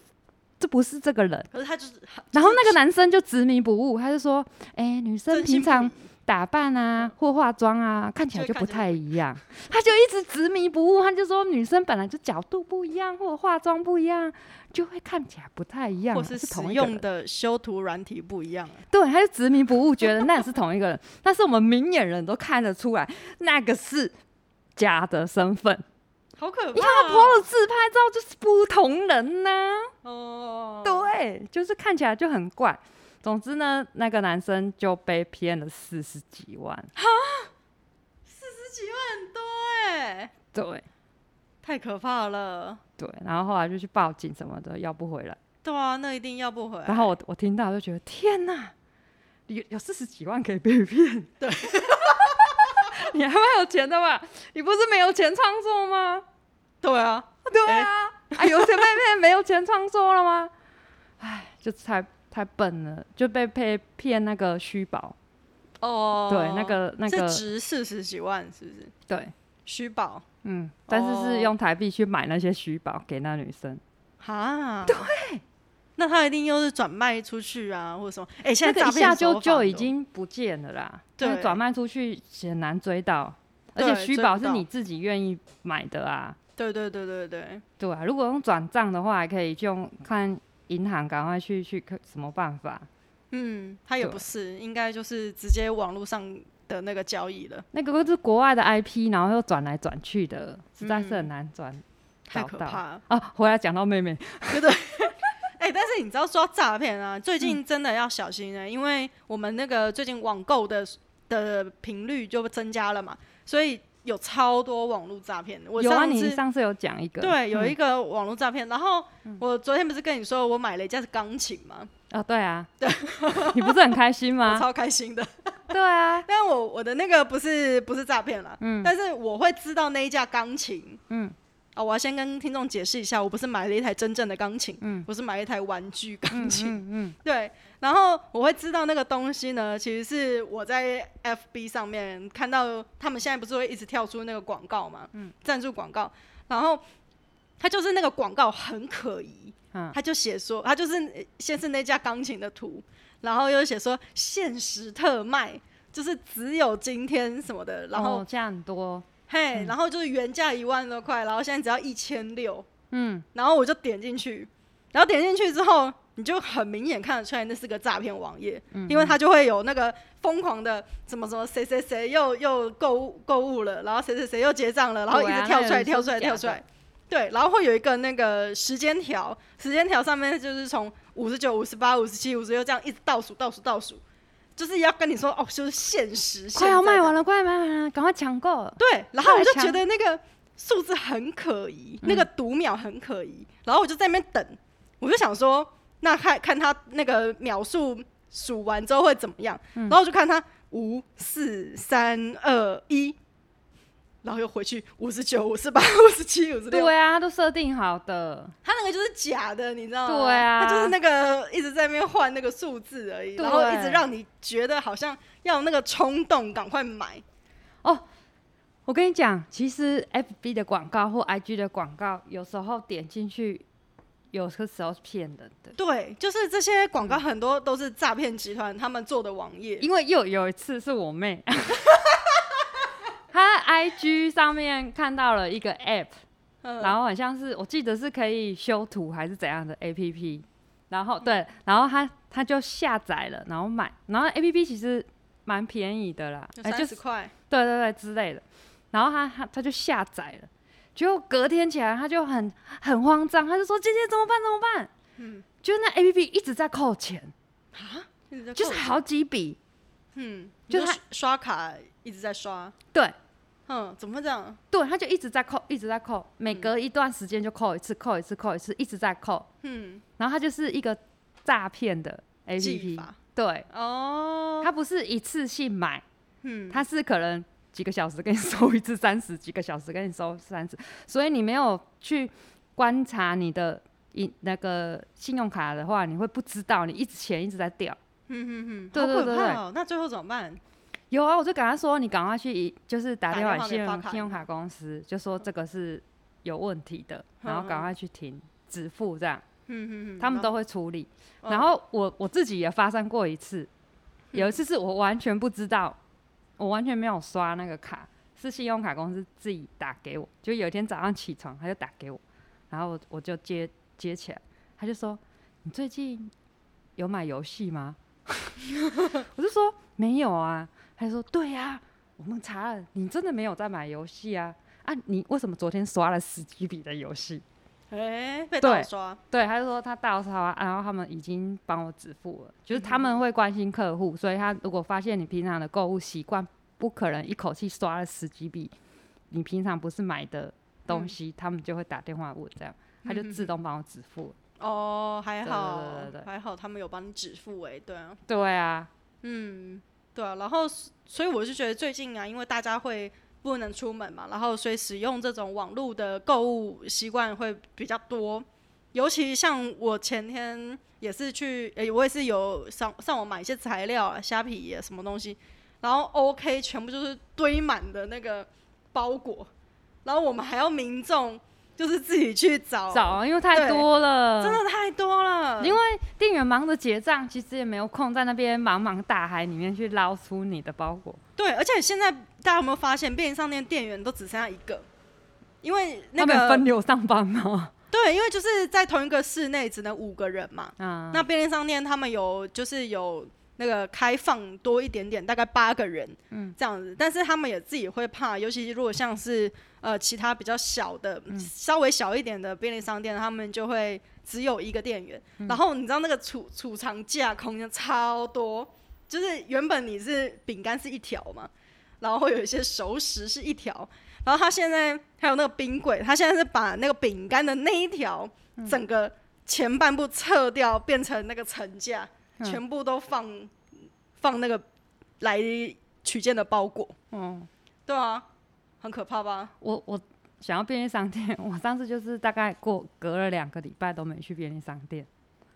S2: 这不是这个人。
S1: 可是他就是，
S2: 然后那个男生就执迷不悟，他 就说：“哎、女生
S1: 真心
S2: 平
S1: 不嗯
S2: 常打扮啊或化妆啊，看起来就
S1: 就会
S2: 不
S1: 看起来
S2: 太一样。”他就一直执迷不悟，他就说女生本来就角度不一样，或者化妆不一样，就会看起来不太一样啊，
S1: 或
S2: 是
S1: 是使
S2: 同一个
S1: 用
S2: 人。
S1: 的修图软体不一样、欸
S2: 对，他就执迷不悟，觉得那也是同一个人。但是我们明眼人都看得出来，那个是假的身份。
S1: 哦好可怕、
S2: 你看他 PO 了自拍照，就是不同人呐、
S1: 哦，
S2: 对，就是看起来就很怪。总之呢，那个男生就被骗了四十几万。
S1: 十几万很多哎、
S2: 对
S1: 太可怕了。
S2: 对，然后后来就去报警什么的，要不回来。
S1: 对啊，那一定要不回来。
S2: 然后我我听到就觉得天哪，有有四十几万可以被骗？对， 你还蛮有钱的吧？你不是没有钱创作吗？
S1: 对啊，
S2: 对啊，啊，有钱被骗，没有钱创作了吗？哎，就太太笨了，就被被骗那个虚宝。
S1: 哦，
S2: 对，那个那个
S1: 是值四十几万，是不是？
S2: 对。
S1: 虚宝
S2: 嗯，但是
S1: 哦
S2: 是用台币去买那些虚宝给那女生。
S1: 哈，对，那他一定又是转卖出去啊，或者什么？哎、现
S2: 那
S1: 在
S2: 个一
S1: 诈骗
S2: 下
S1: 手
S2: 就
S1: 法
S2: 就已
S1: 多
S2: 经不见了啦，
S1: 对
S2: 那转卖出去很难追到，而且
S1: 对
S2: 虚
S1: 追
S2: 宝
S1: 不
S2: 是
S1: 到
S2: 你自己愿意买的啊，
S1: 对对对对对，
S2: 对啊，如果用转账的话，还可以就用看银行赶快去去看什么办法。
S1: 嗯，他也
S2: 对
S1: 不是，应该就是直接网络上的那个交易了，
S2: 那个是国外的 IP，然后又转来转去的，实在是很
S1: 嗯
S2: 难转、
S1: 太
S2: 找
S1: 可
S2: 到
S1: 怕了。
S2: 啊。回来讲到妹妹，
S1: 哎、但是你知道说到诈骗啊，最
S2: 嗯
S1: 近真的要小心欸了、因为我们那个最近网购的的频率就增加了嘛，所以有超多网络诈骗的。我
S2: 有啊，
S1: 上
S2: 你
S1: 次、
S2: 上次有讲一个，
S1: 对有一
S2: 嗯
S1: 个网络诈骗，然后我昨天不是跟你说我买了一架钢琴吗？
S2: 啊，对啊，你不是很开心
S1: 我
S2: 吗？
S1: 超开心的，
S2: 对啊，
S1: 但我我的那个不是不是诈骗啦，
S2: 嗯
S1: 但是我会知道那一架钢琴，
S2: 嗯
S1: 嗯，啊、我要先跟听众解释一下，我不是买了一台真正的钢琴，
S2: 嗯
S1: 嗯，我是买了一台玩具钢
S2: 嗯
S1: 琴，
S2: 嗯嗯，
S1: 对，然后我会知道那个东西呢，其实是我在 FB 上面看到他们现在不是会一直跳出那个广告嘛，嗯，赞助广告，然后它就是那个广告很可疑，
S2: 嗯
S1: 他就写说，他就是呃先是那架钢琴的图，然后又写说限时特卖，就是只有今天什么的，然后、
S2: 哦这样很多，嗯
S1: 嘿，然后就是原价一万多块，然后现在只要一千六，
S2: 嗯，
S1: 然后我就点进去，然后点进去之后，你就很明显看得出来那是个诈骗网页，
S2: 嗯
S1: 因为它就会有那个疯狂的什么什么谁谁谁又又购物购物了，然后谁谁谁又结账了，然后一
S2: 对啊
S1: 直跳出
S2: 那
S1: 来
S2: 个
S1: 跳出
S2: 是
S1: 来
S2: 假
S1: 跳
S2: 的
S1: 出来，对，然后会有一个那个时间条，时间条上面就是从五十九、五十八、五十七、五十六这样一直倒数倒数倒数，就是要跟你说哦，就是限时，
S2: 快要卖
S1: 了。
S2: 完了，快要卖完了，赶快抢购。
S1: 对，然后我就
S2: 太强嗯
S1: 觉得那个数字很可疑，那个读秒很可疑，然后我就在那边等，我就想说，那看看他那个秒数数完之后会怎么样，
S2: 嗯
S1: 然后我就看他五四三二一，然后又回去五十九、五十八、五十七、五十六，
S2: 对啊，都设定好的，
S1: 他那个就是假的，你知道吗？
S2: 对啊
S1: 他就是那个一直在那边换那个数字而已，然后一直
S2: 对
S1: 让你觉得好像要有那个冲动，赶快买。
S2: 我跟你讲，其实 FB 的广告或 IG 的广告，有时候点进去，有些时候是骗人的。
S1: 对，就是这些广告很多都是诈骗集团他们做的网页。
S2: 因为又嗯有一次是 我妹，她 IG 上面看到了一个 App，
S1: 嗯，
S2: 然后好像是我记得是可以修图还是怎样的 APP，然后对，然后她她就下载了，然后买，然后 APP 其实蛮便宜的啦，哎、就
S1: 三
S2: 是
S1: 十块，
S2: 对对对之类的。然后他他他就下载了，结果隔天起来他就很很慌张，他就说：“姐姐怎么办？怎么办？”嗯，就那 A P P 一直在扣钱，
S1: 一直在
S2: 就是
S1: 扣
S2: 好几笔。
S1: 嗯，
S2: 就
S1: 就是是刷卡一直在刷，
S2: 对
S1: 嗯，怎么会这样？
S2: 对，他就一直在扣，一直在扣，每隔一段时间就扣一次，扣一次，扣一次，一直在扣。
S1: 嗯，
S2: 然后他就是一个诈骗的 A P
S1: 技
S2: P，
S1: 法
S2: 对，
S1: 哦，
S2: 他不是一次性买，
S1: 嗯，
S2: 他是可能几个小时给你收一次三十，几个小时给你收三十，所以你没有去观察你的银那个信用卡的话，你会不知道你一直钱一直在掉。
S1: 嗯嗯，
S2: 对
S1: 好
S2: 对对
S1: 可
S2: 对
S1: 怕哦。那最后怎么办？
S2: 有啊，我就跟他说，你赶快去一就是打
S1: 打
S2: 电话
S1: 电话
S2: 信
S1: 给发
S2: 用
S1: 卡
S2: 信用卡公司，就说这个是有问题的，
S1: 嗯
S2: 然后赶快去停止付这样，
S1: 嗯嗯嗯，
S2: 他们
S1: 然后
S2: 都会处理。
S1: 嗯
S2: 然后我我自己也发生过一次，有一次是我完全不知道，我完全没有刷那个卡，是信用卡公司自己打给我。就有一天早上起床，他就打给我，然后我我就接接起来，他就说：“你最近有买游戏吗？” 我就说：“没有啊。”他就说：“对呀、我们查了，你真的没有在买游戏啊。”啊，你为什么昨天刷了十几笔的游戏？
S1: 哎被
S2: 对
S1: 盗刷，
S2: 对，他就说他盗刷，啊然后他们已经帮我止付了，就是他
S1: 嗯
S2: 们会关心客户，所以他如果发现你平常的购物习惯，不可能一口气刷了十几笔你平常不是买的
S1: 嗯
S2: 东西，他们就会打电话问，这样他就自动帮我止付了。
S1: 哦，还
S2: 对对
S1: 好
S2: 对对对
S1: 还好，他们有帮你止付哎，对啊，
S2: 对啊，
S1: 嗯，对啊，然后所以我是觉得最近啊，因为大家会不能出门嘛，然后所以使用这种网络的购物习惯会比较多。尤其像我前天也是去，诶、我也是有上上网买一些材料啊，虾皮、啊、什么东西，然后 OK 全部就是堆满的那个包裹，然后我们还要民众就是自己去找，
S2: 找，啊因为太多了，
S1: 哦真的太多了。
S2: 因为店员忙着结账，其实也没有空在那边茫茫大海里面去捞出你的包裹。
S1: 对，而且现在大家有没有发现，便利商店店员都只剩下一个，因为那
S2: 他们分
S1: 个
S2: 流上班吗？
S1: 对，因为就是在同一个室内只能五个人嘛。
S2: 嗯，
S1: 那便利商店他们有就是有那个开放多一点点，大概八个人，嗯，这样子。但是他们也自己会怕，尤其如果像是呃其他比较小的、稍微小一点的便利商店，他们就会只有一个店员。然后你知道那个储储藏架空间超多，就是原本你是饼干是一条嘛，然后会有一些熟食是一条，然后他现在还有那个冰柜，他现在是把那个饼干的那一条
S2: 嗯
S1: 整个前半部撤掉，变成那个层架，
S2: 嗯
S1: 全部都放放那个来取件的包裹。
S2: 嗯，
S1: 对啊，很可怕吧？
S2: 我我想要便利商店， 我上次就是大概过隔了两个礼拜都没去便利商店，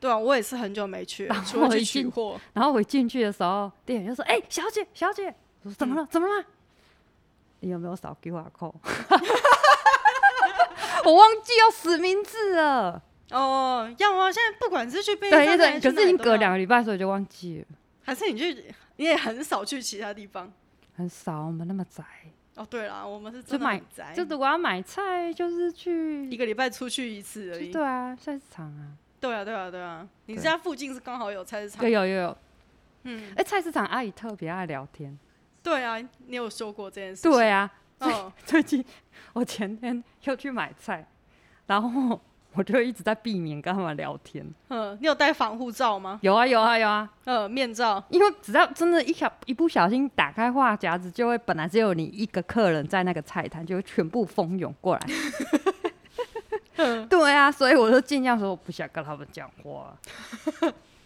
S1: 对啊，我也是很久没 去了，除
S2: 我
S1: 了去
S2: 已
S1: 取
S2: 经
S1: 货。
S2: 然后我一进去的时候，店员就说：“哎、小姐，小姐，我说怎么了？怎么了？你有没有扫 QR code？” 我忘记要实名制了。
S1: 哦，要啊！现在不管是去便利商
S2: 对
S1: 店还
S2: 对，
S1: 去
S2: 可
S1: 哪里
S2: 是已经
S1: 都
S2: 隔
S1: 要
S2: 两，个礼拜，所以就忘记了。
S1: 还是你去，你也很少去其他地方。
S2: 很少，我们那么宅，
S1: 哦，对啦，我们是
S2: 就
S1: 真的
S2: 买
S1: 很宅，
S2: 就如果要买菜，就是去
S1: 哎一个礼拜出去一次而
S2: 去
S1: 已。
S2: 对啊，菜市场啊，
S1: 对啊，对啊，对啊！你
S2: 对
S1: 家附近是刚好有菜市场
S2: 对，，有有有。
S1: 嗯，
S2: 哎、菜市场阿姨特别爱聊天。
S1: 对啊，你有说过这件事情？
S2: 对啊，
S1: 嗯，
S2: 最近我前天又去买菜，然后我就一直在避免跟他们聊天。
S1: 嗯，你有戴防护罩吗？
S2: 有啊有啊有啊，
S1: 呃，面罩。
S2: 因为只要真的一小一不小心打开话匣子，就会本来只有你一个客人在那个菜摊，就会全部蜂拥 过来。对啊，所以我就尽量说我不想跟他们讲话。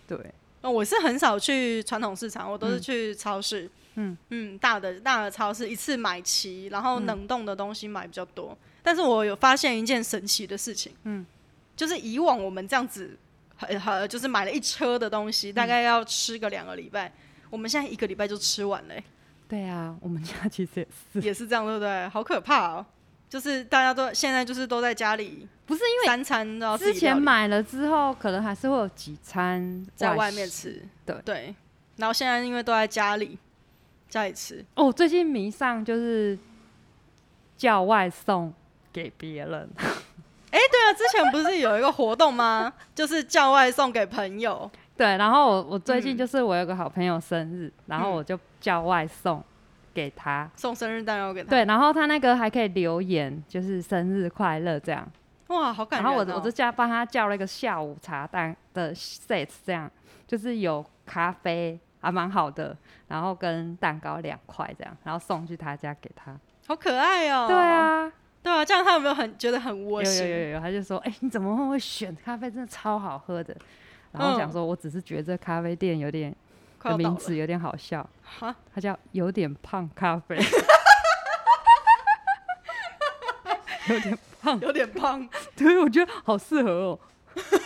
S2: 对，
S1: 呃，我是很少去传统市场，我都是
S2: 嗯
S1: 去超市。
S2: 嗯
S1: 嗯，大的大的超市一次买齐，然后冷冻的东西买比较多。但是我有发现一件神奇的事情，嗯，就是以往我们这样子，很很就是买了一车的东西，
S2: 嗯
S1: 大概要吃个两个礼拜。我们现在一个礼拜就吃完了、欸
S2: 对啊，我们家其实也 是，
S1: 也是这样，对不对？好可怕哦！就是大家都现在就是都在家里，
S2: 不是
S1: 三餐都要自
S2: 之
S1: 己料
S2: 前
S1: 理
S2: 买了之后，可能还是会有几餐
S1: 在外
S2: 外
S1: 面
S2: 食。
S1: 吃，
S2: 对
S1: 对。然后现在因为都在家里，家里吃，
S2: 哦，最近迷上就是叫外送给别人，
S1: 那之前不是有一个活动吗？ 就是叫外送给朋友，
S2: 对，然后我我最近
S1: 嗯
S2: 就是我有个好朋友生日，然后我就叫外送给他。
S1: 送生日蛋糕给他。，
S2: 对，然后他那个还可以留言，就是生日快乐这样。
S1: 哇，好感
S2: 然
S1: 人、
S2: 后
S1: 哦。
S2: 我我就叫帮他叫了一个下午茶蛋的 set，这样就是有咖啡还蛮好的，然后跟蛋糕两块这样，然后送去他家给他。
S1: 好可爱哦、
S2: 对，啊，
S1: 对啊，这样他有没有很觉得很
S2: 有
S1: 窝
S2: 有有
S1: 心？
S2: 有有，他就说：“哎、你怎么会选咖啡？真的超好喝的。”然后我想
S1: 嗯
S2: 说，我只是觉得这咖啡店有点
S1: 快
S2: 的
S1: 要倒
S2: 名
S1: 了
S2: 字有点好笑，
S1: 哈，
S2: 它叫有点胖咖啡， 有点胖，
S1: 有点胖。
S2: 对我觉得好适合哦，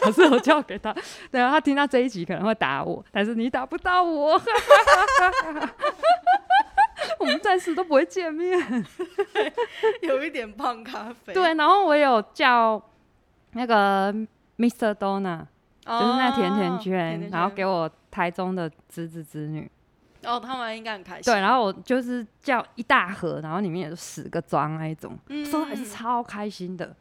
S2: 好适合交给他。对啊，他听到这一集可能会打我，但是你打不到我， 我们暂时都不会见面。
S1: 有一点胖咖啡。
S2: 对，然后我有叫那个 Mr. Dona，
S1: 哦，
S2: 就是那甜甜
S1: 甜
S2: 圈，然后给我台中的侄子侄女。
S1: 哦，他们应该很开心。
S2: 对，然后我就是叫一大盒，然后里面有十个装那一种，
S1: 嗯
S2: 收到也是超开心的。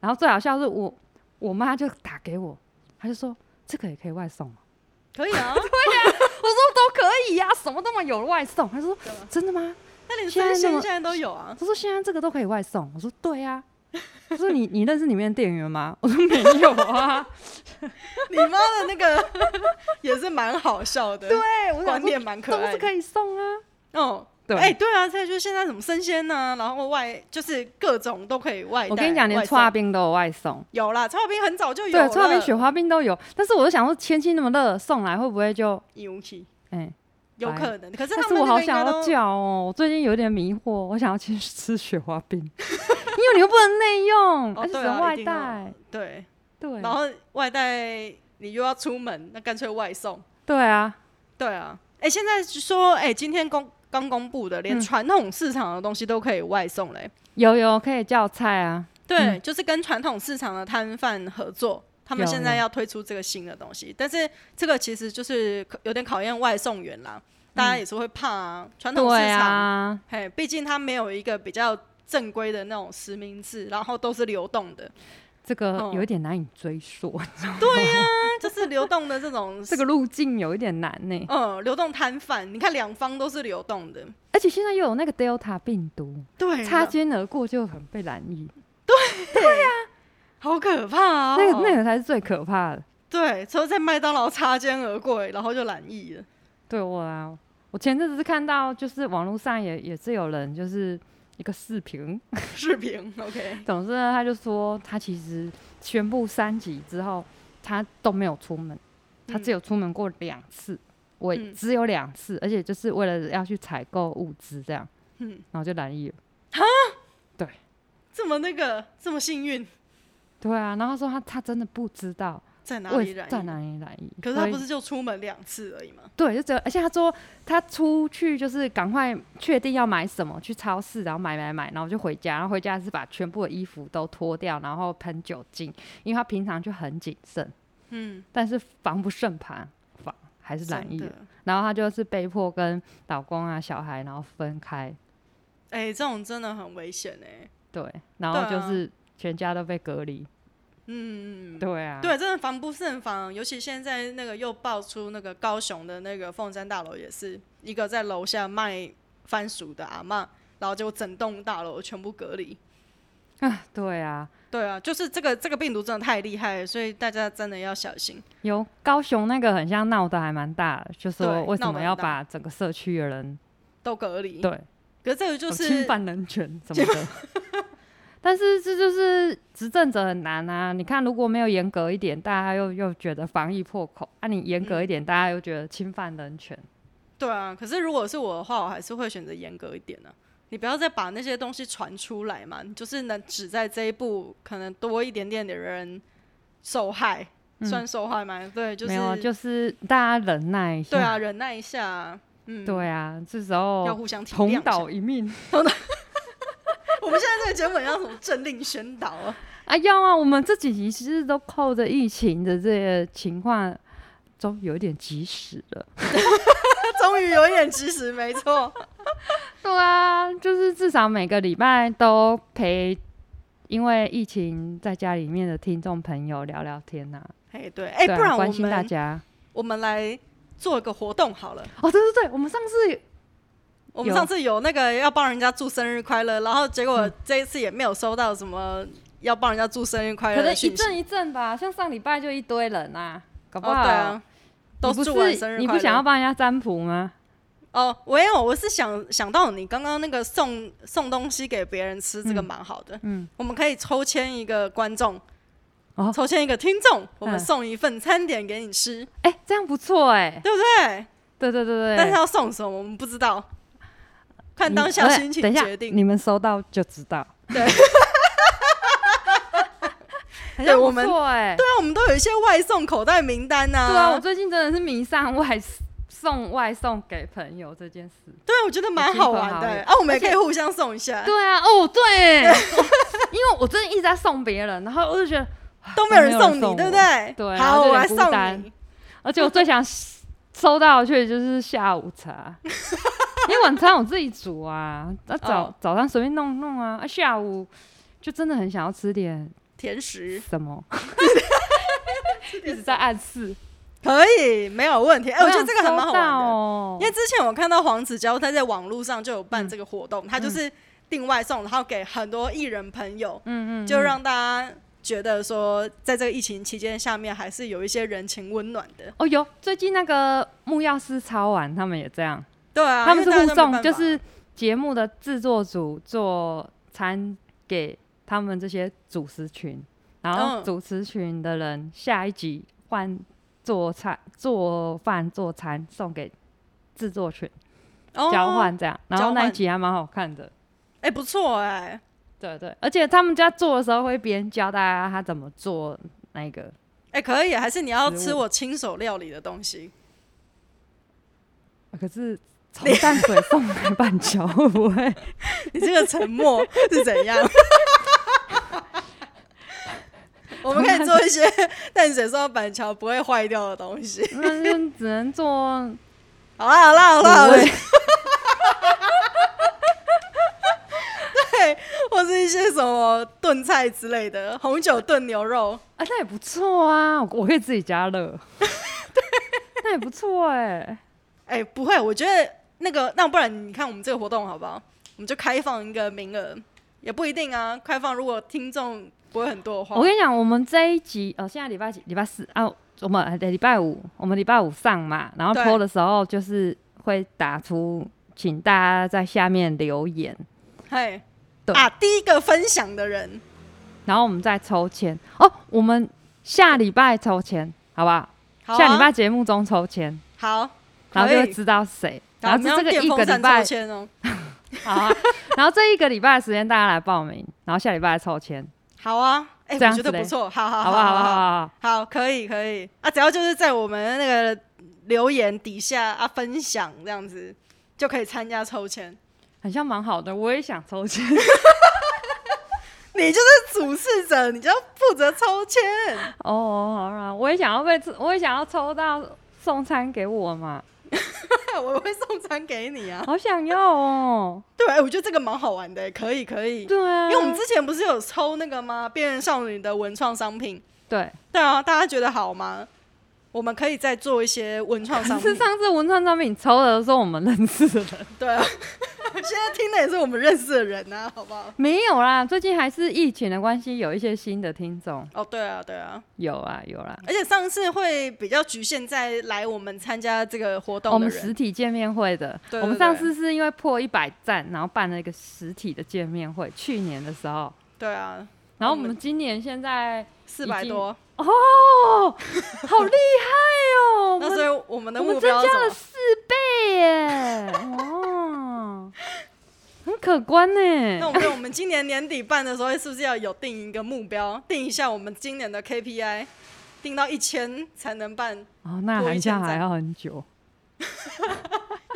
S2: 然后最好笑的是我我妈就打给我，她就说这个也可以外送吗？
S1: 可以啊。
S2: 我说都可以呀、什么都有外送。她说
S1: 对啊
S2: 真的吗？
S1: 那你
S2: 现在
S1: 三星
S2: 那么
S1: 现在都有啊？
S2: 她说现在这个都可以外送。我说对呀、她说你你认识里面的店员吗？我说没有啊。
S1: 你妈的那个也是蛮好笑的，
S2: 对，啊我想
S1: 观
S2: 说
S1: 念蛮可
S2: 都
S1: 爱
S2: 是
S1: 的。
S2: 可以送啊。
S1: 哦，
S2: 对
S1: 哎、对啊，再就是现在什么生鲜呢、然后外就是各种都可以外带。
S2: 我跟你讲，连
S1: 外送
S2: 串冰都有外送。
S1: 有啦，超冰很早就有
S2: 对，
S1: 了。
S2: 串冰、雪花冰都有，但是我就想说，天气那么热，送来会不会就
S1: 有气，
S2: 哎、
S1: 有可能。可是
S2: 但
S1: 他
S2: 是
S1: 们
S2: 我
S1: 那
S2: 好
S1: 个应
S2: 想
S1: 该
S2: 要
S1: 都
S2: 叫哦，我最近有点迷惑，我想要去 吃雪花冰， 因为你又不能内用，
S1: 哦
S2: 而且
S1: 对
S2: 只
S1: 啊
S2: 能外
S1: 一定
S2: 带
S1: 要，对，
S2: 对，
S1: 然后外带你又要出门，那干脆外送。
S2: 对啊，
S1: 对啊，哎、现在说哎、今天公刚公布的，连
S2: 嗯
S1: 传统市场的东西都可以外送嘞、
S2: 有有可以叫菜啊，
S1: 对，就是跟传统市场的摊贩合作，他们
S2: 有
S1: 现在
S2: 有
S1: 要推出这个新的东西，但是这个其实就是可有点考验外送员啦，大家也是会怕啊，传统市
S2: 嗯对
S1: 场，
S2: 啊，
S1: 嘿，毕竟它没有一个比较正规的那种实名制，然后都是流动的，
S2: 这个
S1: 嗯
S2: 有一点难以追溯，
S1: 就是流动的这种
S2: 这个路径有一点难呢、
S1: 嗯，流动摊贩，你看两方都是流动的，
S2: 而且现在又有那个 Delta 病毒，
S1: 对
S2: 擦
S1: 啦
S2: 肩而过就很被染疫，
S1: 好可怕啊、
S2: 那个那个才是最可怕的。
S1: 对，之后在麦当劳擦肩而过，然后就染疫了。
S2: 对我啊，我前阵子是看到，就是网络上也也是有人就是一个视频，
S1: 视频，OK，
S2: 总之呢，他就说他其实宣布三级之后，他都没有出门，他只有出门过两次，我
S1: 嗯
S2: 只有两次，而且就是为了要去采购物资这样，
S1: 嗯，
S2: 然后就染疫了。
S1: 这么那个，这么幸运，
S2: 对啊，然后他说他他真的不知道
S1: 在哪里
S2: 为
S1: 染疫？
S2: 在哪里染疫，
S1: 可是他
S2: 所以
S1: 不是就出门两次而已吗？
S2: 对，就只有，而且他说他出去就是赶快确定要买什么，去超市，然后买买买，然后就回家，然后回家是把全部的衣服都脱掉，然后喷酒精，因为他平常就很谨慎，
S1: 嗯，
S2: 但是防不胜防，防还是染疫
S1: 真
S2: 了
S1: 的。。
S2: 然后他就是被迫跟老公啊、小孩然后分开，
S1: 哎、这种真的很危险哎、
S2: 对，然后
S1: 对
S2: 就
S1: 啊
S2: 是全家都被隔离，
S1: 嗯，
S2: 对啊，
S1: 对，真的防不胜防。尤其现在那个又爆出那个高雄的那个凤山大楼，也是一个在楼下卖番薯的阿嬷，然后就整栋大楼全部隔离。
S2: 啊，对啊，
S1: 对啊，就是这个这个病毒真的太厉害了，所以大家真的要小心。
S2: 有高雄那个很像闹得还蛮大的，就
S1: 对
S2: 说为
S1: 闹
S2: 什
S1: 得
S2: 么
S1: 很
S2: 要
S1: 大
S2: 把整个社区的人
S1: 都隔离。
S2: 对。
S1: 可是这个就
S2: 有
S1: 是
S2: 侵犯 人权什么的。但是这就是执政者很难啊！你看，如果没有严格一点，大家又又觉得防疫破口；啊，你严格
S1: 嗯
S2: 一点，大家又觉得侵犯人权。
S1: 对啊，可是如果是我的话，我还是会选择严格一点呢、你不要再把那些东西传出来嘛，你就是能只在这一步可能多一点点的人受害，算受害吗？对，就是
S2: 嗯没有，啊，就是大家忍耐一下。
S1: 对啊，忍耐一下啊，嗯，
S2: 对啊，这时
S1: 要
S2: 候
S1: 互相体谅一
S2: 同
S1: 下。
S2: 岛一命
S1: 我们现在这个节目要什么政令宣导啊？
S2: 啊！要啊，我们这几集其实都扣着疫情的这个情况，终于有点及时了。
S1: 终于有一点及时，没错。
S2: 对啊，就是至少每个礼拜都陪因为疫情在家里面的听众朋友聊聊天呐、
S1: 哎，对，哎，
S2: 对啊
S1: 不然我
S2: 关心大
S1: 们
S2: 家。
S1: 我们来做一个活动好了。
S2: 哦，对对对，我们上次
S1: 我们
S2: 有嗯
S1: 上次有那个要帮人家祝生日快乐，然后结果这一次也没有收到什么要帮人家祝生日快乐
S2: 可能
S1: 的
S2: 一
S1: 讯息。
S2: 阵一阵吧，像上礼拜就一堆人啊，搞不好、
S1: 哦，对啊，都
S2: 你不
S1: 祝完生
S2: 是
S1: 日
S2: 你
S1: 快乐。
S2: 不想要帮人家占卜吗？
S1: 哦，没有，我是想想到你刚刚那个送送东西给别人吃，这个蛮好的。
S2: 嗯，
S1: 我们可以抽签一个观众，
S2: 哦
S1: 抽签一个听众，我们
S2: 嗯
S1: 送一份餐点给你吃，
S2: 哎、这样不错哎、
S1: 对不对？
S2: 对对对对，
S1: 但是要送什么我们不知道，看
S2: 你
S1: 当下
S2: 对
S1: 心情
S2: 嗯呃等一下
S1: 决定。
S2: 你们收到就知道。
S1: 对
S2: 很
S1: 对
S2: 像
S1: 我
S2: 不
S1: 们
S2: 错哎、
S1: 对啊，我们都有一些外送口袋名单呐、
S2: 对啊，我最近真的是迷上外 s- 送外送给朋友这件事。
S1: 对，我觉得蛮好玩的、
S2: 亲朋好友
S1: 啊，我们也可以互相送一下，
S2: 对啊，哦对， 因为我最近一直在送别人，然后我就觉得，
S1: 都没有人送你，
S2: 都没
S1: 对不
S2: 有人送我
S1: 对？
S2: 对然
S1: 好，
S2: 后
S1: 我
S2: 就有
S1: 来
S2: 点
S1: 送
S2: 孤单
S1: 你。
S2: 而且我最想收到的却就是下午茶， 因为晚餐我自己煮啊，那早、
S1: 哦
S2: 早上随便弄弄啊，啊下午就真的很想要吃点
S1: 甜食
S2: 什么，一直在暗示。
S1: 可以，没有问题。哎、我觉得
S2: 想
S1: 这个很蛮好
S2: 收
S1: 玩
S2: 到
S1: 的，
S2: 哦
S1: 因为之前我看到黄子佼他在网络上就有
S2: 嗯
S1: 办这个活动，他就是订外送，然后给很多艺人朋友，
S2: 嗯嗯嗯，
S1: 就让大家觉得说，在这个疫情期间下面，还是有一些人情温暖的。
S2: 哦有，最近那个木曜师超玩他们也这样。
S1: 对啊，
S2: 他们是
S1: 因为大
S2: 互
S1: 家都没
S2: 送，
S1: 办
S2: 就
S1: 法
S2: 是节目的制作组做餐给他们这些主食群，然后
S1: 嗯
S2: 主食群的人下一集换做菜、做饭、做餐送给制作群交。
S1: 哦
S2: 换这样，然
S1: 交
S2: 后那一
S1: 换
S2: 集还蛮好看的。
S1: 哎、不错哎、
S2: 对对，而且他们家做的时候会边教大家啊他怎么做那个，
S1: 哎、可以，还是你要
S2: 食物
S1: 吃我亲手料理的东西？
S2: 啊可是从淡水送来板桥会不会？
S1: 你这个沉默是怎样？ 我们可以做一些淡水送到板桥不会坏掉的东西。
S2: 那就只能做
S1: 好啦好啦好啦好
S2: 卤
S1: 啦
S2: 味，
S1: 对，或是一些什么炖菜之类的，红酒炖牛肉。
S2: 啊，那也不错啊，我我可以自己加热，那也不错哎、
S1: 哎、不会，我觉得那个，那不然你看我们这个活动好不好？我们就开放一个名额，也不一定啊。开放如果听众不会很多的话，
S2: 我跟你讲，我们这一集呃，现在礼拜几？礼拜四啊，我们呃对礼拜五，我们礼拜五上嘛，然后
S1: 对
S2: PO 的时候就是会打出，请大家在下面留言，
S1: 嘿，
S2: 对
S1: 啊，第一个分享的人，
S2: 然后我们再抽签哦。我们下礼拜抽签，好不好？
S1: 好啊、
S2: 下礼拜节目中抽签，
S1: 好，
S2: 然后
S1: 可
S2: 就
S1: 以
S2: 会知道谁。
S1: 好啊
S2: 然后
S1: 我们要
S2: 这这个
S1: 电
S2: 一
S1: 风
S2: 个
S1: 扇
S2: 礼拜
S1: 抽，签哦。
S2: 好啊。然后这一个礼拜的时间，大家来报名，然后下礼拜抽签，
S1: 好啊，哎、
S2: 这样
S1: 我觉得
S2: 子嘞
S1: 不错，好好
S2: 好不
S1: 好
S2: 好？好啊不好好不好？
S1: 好，可以可以啊，只要就是在我们那个留言底下啊分享这样子，就可以参加抽签。
S2: 很像蛮好的，我也想抽 签。
S1: 你就是主事者，你就要负责抽签。
S2: 哦哦，好啦，我也想要被，我也想要抽到送餐给我嘛，
S1: 我会送餐给你啊。
S2: 好想要哦。
S1: 对，哎我觉得这个蛮好玩的，可以可以。
S2: 对
S1: 因
S2: 啊，
S1: 为我们之前不是有抽那个吗？边缘少女的文创商品，
S2: 对，
S1: 对啊，大家觉得好吗？我们可以再做一些文创商
S2: 可
S1: 品
S2: 是，上次文创商品抽的时候，我们认识的人
S1: 对啊。 现在听的也是我们认识的人啊，好不好？
S2: 没有啦。最近还是疫情的关系，有一些新的听众，
S1: 哦，对啊，对啊，
S2: 有啊有啦。
S1: 而且上次会比较局限在来我们参加这个活
S2: 哦我
S1: 动的
S2: 们
S1: 人，
S2: 实体见面会的，
S1: 对对
S2: 我们上次是因为破一百赞，然后办了一个实体的见面会，去年的时候，
S1: 对啊，
S2: 然后
S1: 我
S2: 我
S1: 们
S2: 们今年现在
S1: 四百多，
S2: 哦，好厉害哦，我
S1: 那
S2: 们
S1: 所以我们的
S2: 我
S1: 目
S2: 们
S1: 标是
S2: 增加
S1: 什
S2: 了
S1: 么？
S2: 四倍耶！哦，很可观
S1: 那我
S2: 呢。
S1: 们我们今年年底办的时候，是不是要有定一个目标，定一下我们今年的 KPI，定到一千才能办，
S2: 哦，那
S1: 多一
S2: 寒假
S1: 千赞
S2: 还要很久。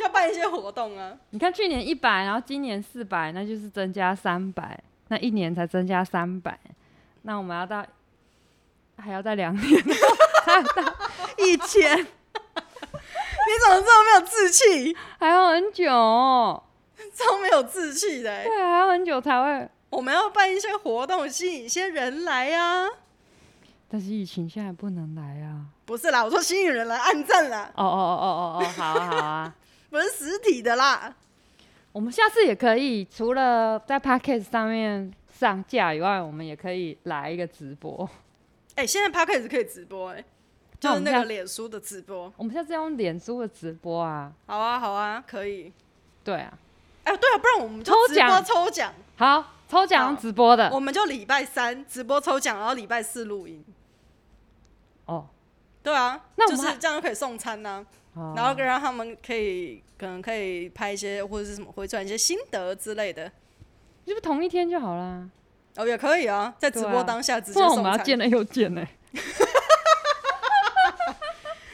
S1: 要办一些活动啊。
S2: 你看去年一百，然后今年四百，那就是增加三百，那一年才增加三百，那我们要到还要再两年 才有到 一千，
S1: 你怎么这么没有志气？
S2: 还要很久哦、
S1: 超没有志气的欸、
S2: 对，啊还要很久才会。
S1: 我们要办一些活动，吸引一些人来啊。
S2: 但是疫情现在不能来啊！
S1: 不是啦，我说吸引人来暗赞啦，
S2: 哦哦哦哦哦，好啊好啊。
S1: 不是实体的啦。
S2: 我们下次也可以，除了在 Podcast 上面上架以外，我们也可以来一个直播。
S1: 哎、现在 p o d c a s 可以直播、哎，就
S2: 那我
S1: 是那
S2: 们下
S1: 个脸书的直播。
S2: 我们下次用脸书的直播啊，
S1: 好啊，好啊，可以。
S2: 对啊，
S1: 哎、对啊，不然我们就
S2: 抽
S1: 直播
S2: 奖
S1: 抽奖，
S2: 好，抽奖直播的
S1: 我们就礼拜三直播抽奖，然后礼拜四录音。
S2: 哦。
S1: 对啊，
S2: 那我
S1: 就
S2: 们
S1: 是
S2: 还
S1: 这样就可以送餐呐、
S2: 哦
S1: 然后让他们可以可能可以拍一些或者是什么回转一些心得之类的。
S2: 是不是同一天就好啦？
S1: 哦，也可以啊，在直
S2: 对啊
S1: 播当下直
S2: 不
S1: 接
S2: 然我
S1: 送
S2: 们要
S1: 餐。
S2: 见了又见呢、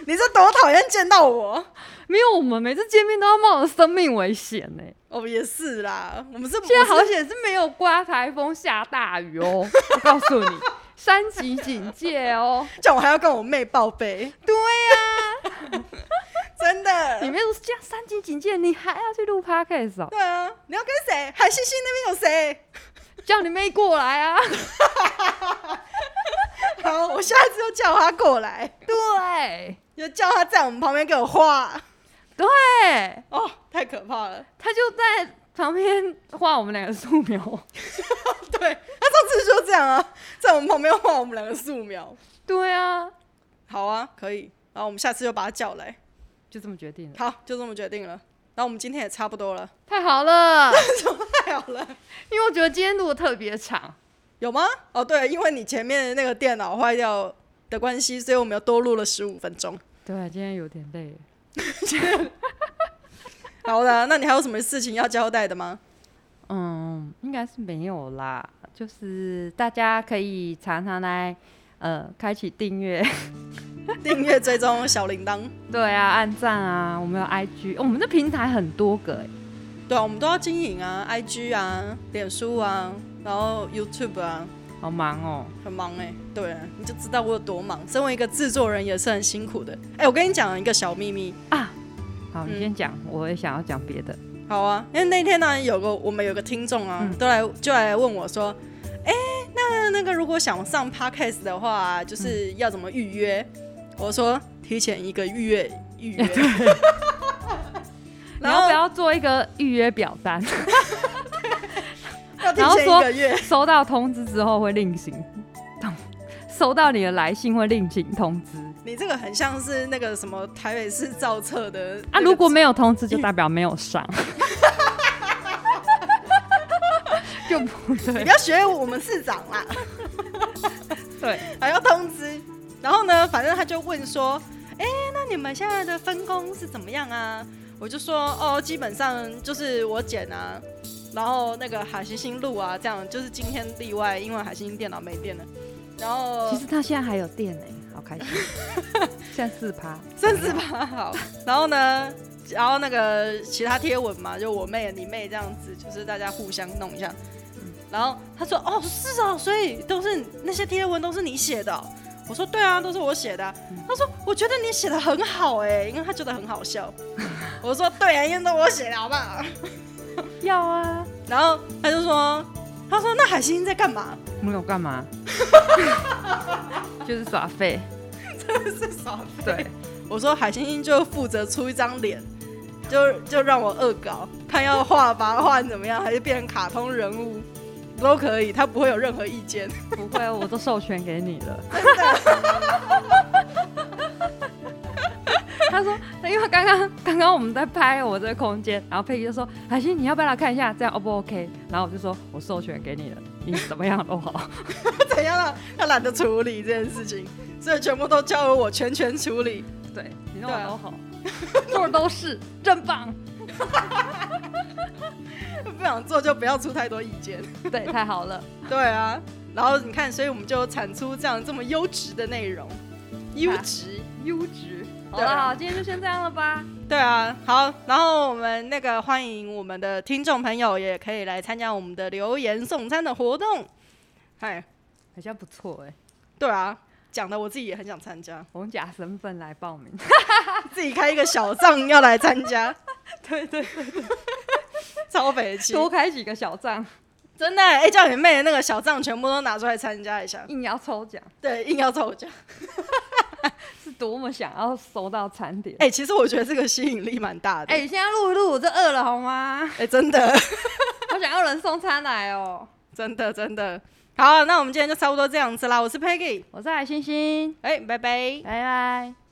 S1: 你是多讨厌见到我？
S2: 没有，我们每次见面都要冒着生命危险呢、
S1: 哦，也是啦，我们是
S2: 现在
S1: 我
S2: 好
S1: 是
S2: 险是没有刮台风、下大雨哦。 我告诉你，三级警戒哦。
S1: 叫我还要跟我妹报备，
S2: 对呀、
S1: 真
S2: 你
S1: 的。
S2: 没有这样三级警戒，你还要去录 Podcast 哦？
S1: 对啊，你要跟谁？海星星那边有谁？
S2: 叫你妹过来啊！
S1: 好，我下次就叫他过来，
S2: 对
S1: 就叫他在我们旁边给我画。
S2: 对，
S1: 哦，太可怕了。
S2: 他就在旁边画我们两个素描，
S1: 对他上次就这样啊，在我们旁边画我们两个素描。
S2: 对啊，
S1: 好啊，可以。然后我们下次就把他叫来。
S2: 就这么决定了，
S1: 好，就这么决定了。然后我们今天也差不多了，
S2: 太好了，
S1: 太好了。
S2: 因为我觉得今天录的特别长，
S1: 有吗？哦，对，因为你前面那个电脑坏掉的关系，所以我们又多录了十五分钟。
S2: 对，今天有点累，
S1: 好的，那你还有什么事情要交代的吗？
S2: 嗯，应该是没有啦，就是大家可以常常来。呃，开启订阅，
S1: 订阅、追踪小铃铛。
S2: 对啊，按赞啊，我们有 IG，、哦我们的平台很多个哎。
S1: 对啊，我们都要经营啊，IG 啊，脸书啊，然后 YouTube 啊，
S2: 好忙哦，
S1: 很忙哎、对、啊，你就知道我有多忙。身为一个制作人也是很辛苦的。哎、我跟你讲一个小秘密。
S2: 好，你
S1: 嗯
S2: 先讲，我也想要讲别的。
S1: 好啊，因为那天呢、有个我们有个听众啊，
S2: 嗯
S1: 都来就来问我说，哎、那那个如果想上 podcast 的话啊，就是
S2: 嗯
S1: 要怎么预约？我说提前一个预约预约。
S2: 你
S1: 然
S2: 要
S1: 后
S2: 不要做一个预约表单？
S1: 要提
S2: 然后
S1: 前一
S2: 说
S1: 个月，
S2: 收到通知之后会另行通，收到你的来信会另行通知
S1: 你这个很像是那个什么台北市造册的
S2: 啊。
S1: 那个
S2: 如果没有 通知，就代表没有上， 就不
S1: 你
S2: 对
S1: 不。要学我们市长啦，
S2: 对，
S1: 还要通知。然后呢，反正他就问说：“哎、那你们现在的分工是怎么样啊？”我就说：“哦，基本上就是我剪啊，然后那个海星星录啊，这样就是今天例外，因为海星星电脑没电了。”然后
S2: 其实他现在还有电呢、好 开心。现在四趴，
S1: 甚至吧，好，然后呢， 然后那个其他贴文嘛，就我妹你妹这样子，就是大家互相弄一下。然后他说：“哦，是哦，所以都是那些贴文都是你写的哦、我说：“对啊，都是我写的啊、他说：“我觉得你写的很好哎、因为他觉得很好笑。我说：“对啊，因为都我写的好不好
S2: 要啊。？”
S1: 然后他就说：“他说那海星在干嘛？
S2: 我们有干 嘛？就是耍废。
S1: 是啥？”
S2: 对，
S1: 我说：“海星星就负责出一张脸，就就让我恶搞，看要画吧，画成怎么样，还是变成卡通人物都可以，他不会有任何意见。
S2: 不会，啊我都授权给你 了。 他说，因为刚刚刚刚我们在拍我这个空间，然后佩奇就说：“海星，你要不要来看一下？这样 O 不 OK？” 然后我就说：“我授权给你了，你怎么样都好。
S1: 怎样了？他懒得处理这件事情，所以全部都交由我全权处理。
S2: 对，啊你弄我都好，做的都是真棒。
S1: 不想做就不要出太多意见。
S2: 对，太好了。
S1: 对啊，然后你看，所以我们就产出这样这么优质的内容，优质。
S2: 优质。好
S1: 对啊
S2: 了，好今天就先这样了吧。
S1: 对啊，好，然后我们那个欢迎我们的听众朋友也可以来参加我们的留言送餐的活动。嗨，
S2: 好像不错哎、
S1: 对啊，讲的我自己也很想参加，
S2: 我们假身份来报名。
S1: 自己开一个小账要来参加，
S2: 对对，
S1: 超北气。
S2: 多开几个小账，
S1: 真的、哎、叫你妹的那个小账全部都拿出来参加一下，
S2: 硬要抽奖，
S1: 对，硬要抽奖。
S2: 是多么想要收到餐点。
S1: 哎、其实我觉得这个吸引力蛮大的，
S2: 哎、
S1: 哎、
S2: 现在录一录，我就饿了好 吗？
S1: 真的。
S2: 我想要人送餐来哦。
S1: 真的真的。好，那我们今天就差不多这样子啦。我是 Peggy，
S2: 我是海星星，
S1: 哎、拜拜。
S2: 拜拜。